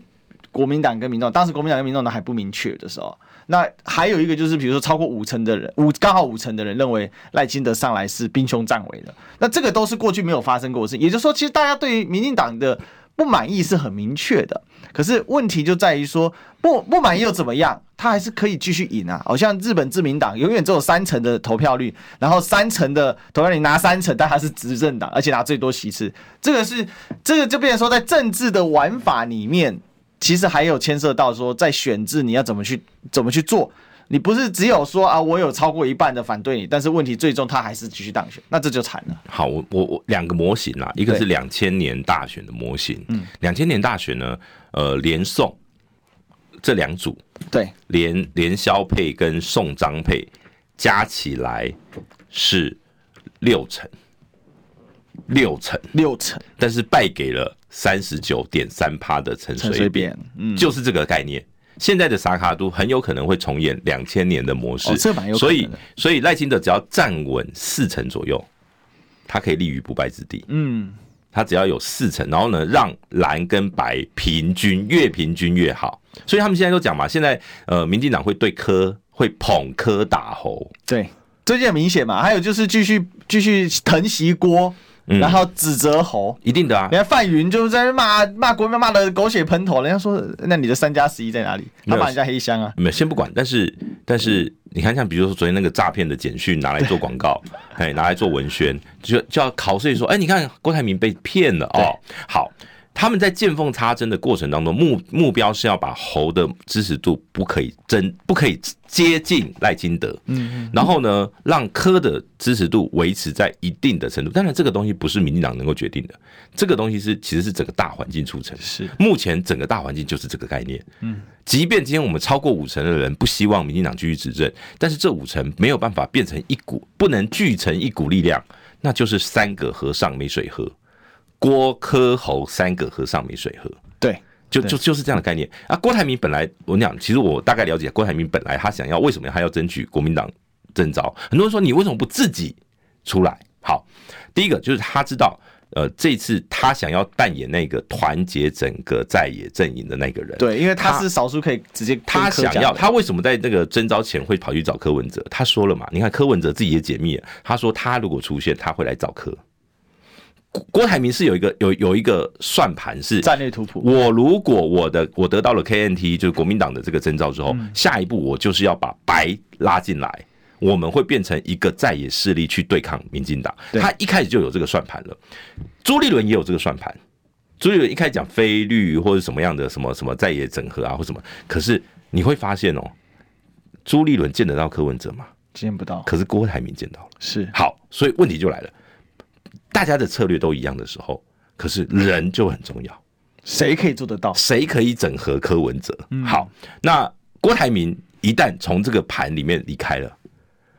[SPEAKER 1] 国民党跟民众党。当时国民党跟民众党还不明确的时候，那还有一个就是，比如说超过五成的人，五刚好五成的人认为赖清德上来是兵凶战危的。那这个都是过去没有发生过的事，也就是说，其实大家对于民进党的不满意是很明确的。可是问题就在于说，不不满意又怎么样？他还是可以继续赢啊！好像日本自民党永远只有三成的投票率，然后三成的投票率拿三成，但他是执政党，而且拿最多席次。这个是这个就变成说，在政治的玩法里面，其实还有牵涉到说，在选制你要怎么去怎么去做。你不是只有说啊，我有超过一半的反对你，但是问题最终他还是继续当选，那这就惨了。
[SPEAKER 2] 好，我我我两个模型啦，一个是
[SPEAKER 1] 对
[SPEAKER 2] 两千年大选的模型，嗯，两千年大选呢，呃，连宋这两组
[SPEAKER 1] 对，
[SPEAKER 2] 连连萧配跟宋张配加起来是六成，六成，
[SPEAKER 1] 六成
[SPEAKER 2] 但是败给了三十九点三趴的陈
[SPEAKER 1] 陈
[SPEAKER 2] 水
[SPEAKER 1] 水
[SPEAKER 2] 扁，
[SPEAKER 1] 扁，嗯，
[SPEAKER 2] 就是这个概念。现在的萨卡都很有可能会重演两千年的模式，
[SPEAKER 1] 哦这蛮有可能的
[SPEAKER 2] 所以所以赖清德只要站稳四成左右，他可以立于不败之地。
[SPEAKER 1] 嗯，
[SPEAKER 2] 他只要有四成，然后呢，让蓝跟白平均，越平均越好。所以他们现在都讲嘛，现在呃，民进党会对科会捧科打猴，
[SPEAKER 1] 对，最近很明显嘛。还有就是继续继续疼惜郭，
[SPEAKER 2] 嗯
[SPEAKER 1] 然后指责侯。
[SPEAKER 2] 一定的啊。
[SPEAKER 1] 人家范云就是在那骂骂国民骂的狗血喷头，人家说那你的三加十一在哪里？
[SPEAKER 2] 没
[SPEAKER 1] 他
[SPEAKER 2] 有
[SPEAKER 1] 把人家黑箱啊，
[SPEAKER 2] 没有先不管，但是但是你看，像比如说昨天那个诈骗的简讯拿来做广告，哎，拿来做文宣，就就要考试说，哎，你看郭台铭被骗了哦。好，他们在见缝插针的过程当中，目目标是要把侯的支持度不可以真不可以接近赖清德，嗯，然后呢，让柯的支持度维持在一定的程度。当然，这个东西不是民进党能够决定的，这个东西是其实是整个大环境促成。
[SPEAKER 1] 是
[SPEAKER 2] 目前整个大环境就是这个概念，嗯，即便今天我们超过五成的人不希望民进党继续执政，但是这五成没有办法变成一股，不能聚成一股力量，那就是三个和尚没水喝。郭柯侯三个和尚没水喝，
[SPEAKER 1] 对，
[SPEAKER 2] 就
[SPEAKER 1] 对
[SPEAKER 2] 就就是这样的概念啊。郭台铭本来我跟你讲，其实我大概了解郭台铭本来他想要为什么他要争取国民党征召，很多人说你为什么不自己出来？好，第一个就是他知道。呃，这次他想要扮演那个团结整个在野阵营的那个人，
[SPEAKER 1] 对，因为他
[SPEAKER 2] 他
[SPEAKER 1] 是少数可以直接跟
[SPEAKER 2] 他
[SPEAKER 1] 科
[SPEAKER 2] 想
[SPEAKER 1] 讲
[SPEAKER 2] 要，
[SPEAKER 1] 的
[SPEAKER 2] 他为什么在那个征召前会跑去找柯文哲？他说了嘛，你看柯文哲自己也解密了，他说他如果出现，他会来找柯。郭郭台铭是有一个有有一个算盘是
[SPEAKER 1] 战略图谱，
[SPEAKER 2] 我如果我的我得到了 KNT，就是国民党的这个征召之后，下一步我就是要把白拉进来，我们会变成一个在野势力去对抗民进党。
[SPEAKER 1] 对
[SPEAKER 2] 他一开始就有这个算盘了，朱立伦也有这个算盘。朱立伦一开始讲非律或者什么样的什么什么在野整合啊或什么，可是你会发现哦，朱立伦见得到柯文哲吗？
[SPEAKER 1] 见不到，
[SPEAKER 2] 可是郭台铭见到了。
[SPEAKER 1] 是
[SPEAKER 2] 好，所以问题就来了，大家的策略都一样的时候，可是人就很重要。
[SPEAKER 1] 谁可以做得到？
[SPEAKER 2] 谁可以整合柯文哲？
[SPEAKER 1] 嗯
[SPEAKER 2] 好，那郭台铭一旦从这个盘里面离开了，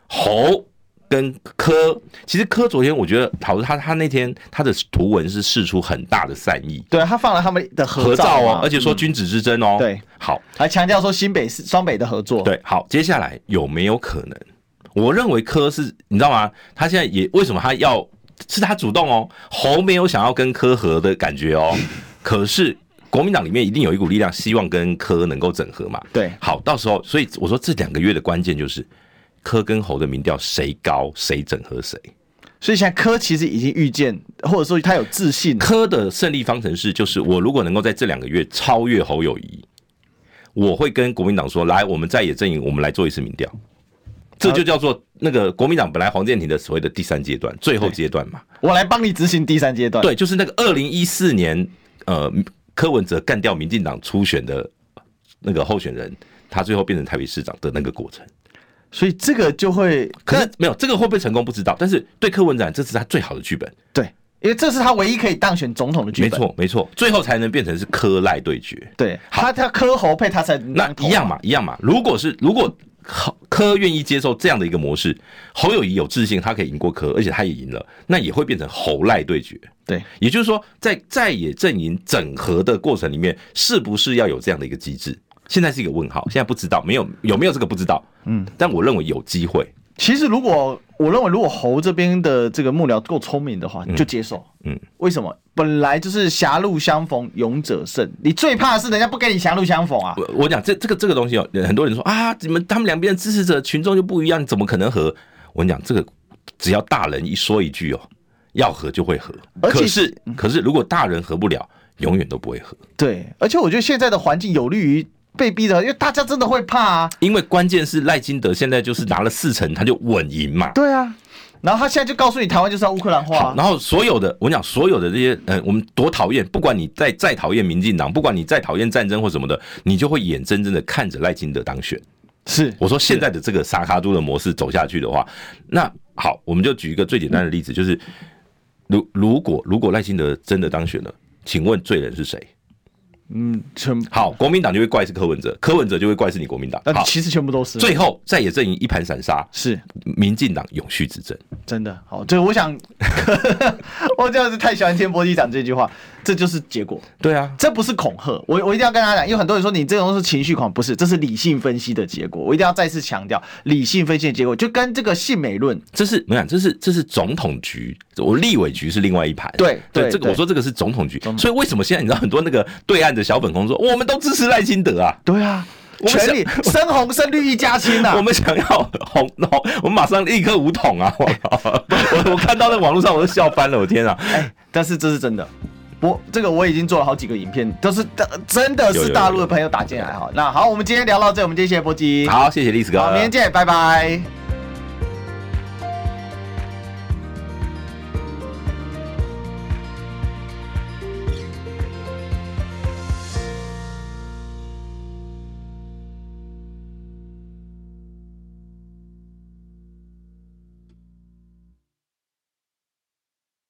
[SPEAKER 2] 侯跟柯，其实柯昨天我觉得，好，他他那天他的图文是释出很大的善意，
[SPEAKER 1] 对啊他放了他们的
[SPEAKER 2] 合
[SPEAKER 1] 照
[SPEAKER 2] 照
[SPEAKER 1] 嘛
[SPEAKER 2] 哦，而且说君子之争哦，
[SPEAKER 1] 对，
[SPEAKER 2] 好，
[SPEAKER 1] 还强调说新北是双北的合作，，
[SPEAKER 2] 对，好，接下来有没有可能？我认为柯是，你知道吗？他现在也为什么他要是他主动哦，侯没有想要跟柯和的感觉 哦，可是国民党里面一定有一股力量希望跟柯能够整合嘛。
[SPEAKER 1] 对
[SPEAKER 2] 好，到时候所以我说这两个月的关键就是柯跟侯的民调谁高谁整合谁。
[SPEAKER 1] 所以现在柯其实已经预见，或者说他有自信，
[SPEAKER 2] 柯的胜利方程式就是，我如果能够在这两个月超越侯友谊，我会跟国民党说，来，我们在野阵营，我们来做一次民调。这就叫做那个国民党本来黄建庭的所谓的第三阶段、最后阶段嘛，
[SPEAKER 1] 我来帮你执行第三阶段，，
[SPEAKER 2] 对，就是那个二零一四年，呃，柯文哲干掉民进党初选的那个候选人，他最后变成台北市长的那个过程。
[SPEAKER 1] 所以这个就会，
[SPEAKER 2] 可
[SPEAKER 1] 那
[SPEAKER 2] 是没有这个会不会成功不知道，但是对柯文哲来讲，这是他最好的剧本，
[SPEAKER 1] 对，因为这是他唯一可以当选总统的剧
[SPEAKER 2] 没
[SPEAKER 1] 本，，
[SPEAKER 2] 错没错，最后才能变成是柯赖对决。
[SPEAKER 1] 对他他柯侯配他才能
[SPEAKER 2] 那
[SPEAKER 1] 当头啊
[SPEAKER 2] 一样嘛，一样嘛。如果是如果侯柯愿意接受这样的一个模式，侯友谊有自信，他可以赢过柯，而且他也赢了，那也会变成侯赖对决。
[SPEAKER 1] 对，
[SPEAKER 2] 也就是说，在在野阵营整合的过程里面，是不是要有这样的一个机制？现在是一个问号，现在不知道没有有没有这个不知道。嗯，但我认为有机会。
[SPEAKER 1] 其实如果我认为如果侯这边的这个幕僚够聪明的话，就接受，
[SPEAKER 2] 嗯
[SPEAKER 1] 为什么？本来就是狭路相逢勇者胜，你最怕的是人家不跟你狭路相逢啊，
[SPEAKER 2] 我我讲这这个这个东西哦，很多人说啊，你们他们两边的支持者群众就不一样，怎么可能和？我跟你讲，这个只要大人一说一句哦，要和就会和。
[SPEAKER 1] 而且
[SPEAKER 2] 可是可是，如果大人和不了，永远都不会和，
[SPEAKER 1] 对，而且我觉得现在的环境有利于被逼的，因为大家真的会怕啊，
[SPEAKER 2] 因为关键是赖金德现在就是拿了四成，他就稳赢嘛。
[SPEAKER 1] 对啊，然后他现在就告诉你台湾就是要乌克兰化
[SPEAKER 2] 好，
[SPEAKER 1] 啊，
[SPEAKER 2] 然后所有的我跟你讲，所有的这些，呃，我们多讨厌，不管你再再讨厌民进党，不管你再讨厌战争或什么的，你就会眼睁睁的看着赖金德当选。
[SPEAKER 1] 是
[SPEAKER 2] 我说现在的这个萨卡都的模式走下去的话，那好，我们就举一个最简单的例子，就是如如果如果赖清德真的当选了，请问罪人是谁？
[SPEAKER 1] 嗯全，
[SPEAKER 2] 好，国民党就会怪是柯文哲，柯文哲就会怪是你国民党。
[SPEAKER 1] 但
[SPEAKER 2] 好，
[SPEAKER 1] 其实全部都是
[SPEAKER 2] 最后在野阵营一盘散沙，
[SPEAKER 1] 是
[SPEAKER 2] 民进党永续执政。
[SPEAKER 1] 真的好，这个我想， 我真的是太喜欢天波机长这句话，这就是结果。
[SPEAKER 2] 对啊，
[SPEAKER 1] 这不是恐吓，我我一定要跟大家讲，因为很多人说你这种是情绪狂，不是，这是理性分析的结果。我一定要再次强调，理性分析的结果就跟这个性美论，
[SPEAKER 2] 这是我想，这是这是总统局，我立委局是另外一盘。
[SPEAKER 1] 对对
[SPEAKER 2] 对，这个
[SPEAKER 1] 对
[SPEAKER 2] 我说这个是总统局
[SPEAKER 1] 总，统
[SPEAKER 2] 所以为什么现在你知道很多那个对岸的小粉红说我们都支持赖清德啊？
[SPEAKER 1] 对啊，
[SPEAKER 2] 我们
[SPEAKER 1] 全力
[SPEAKER 2] 想
[SPEAKER 1] 深红深绿一家亲啊呐、
[SPEAKER 2] 我们想要红红，我们马上立刻五桶啊！我我我看到那网络上我都笑翻了，我天啊！
[SPEAKER 1] 哎，但是这是真的。我这个我已经做了好几个影片，都是呃真的
[SPEAKER 2] 有
[SPEAKER 1] 是
[SPEAKER 2] 有
[SPEAKER 1] 大
[SPEAKER 2] 有
[SPEAKER 1] 陆的
[SPEAKER 2] 有
[SPEAKER 1] 朋友打进来哈。那好，我们今天聊到这，我们今天谢谢波基，
[SPEAKER 2] 好，谢谢历史哥，
[SPEAKER 1] 好，明天见，拜拜。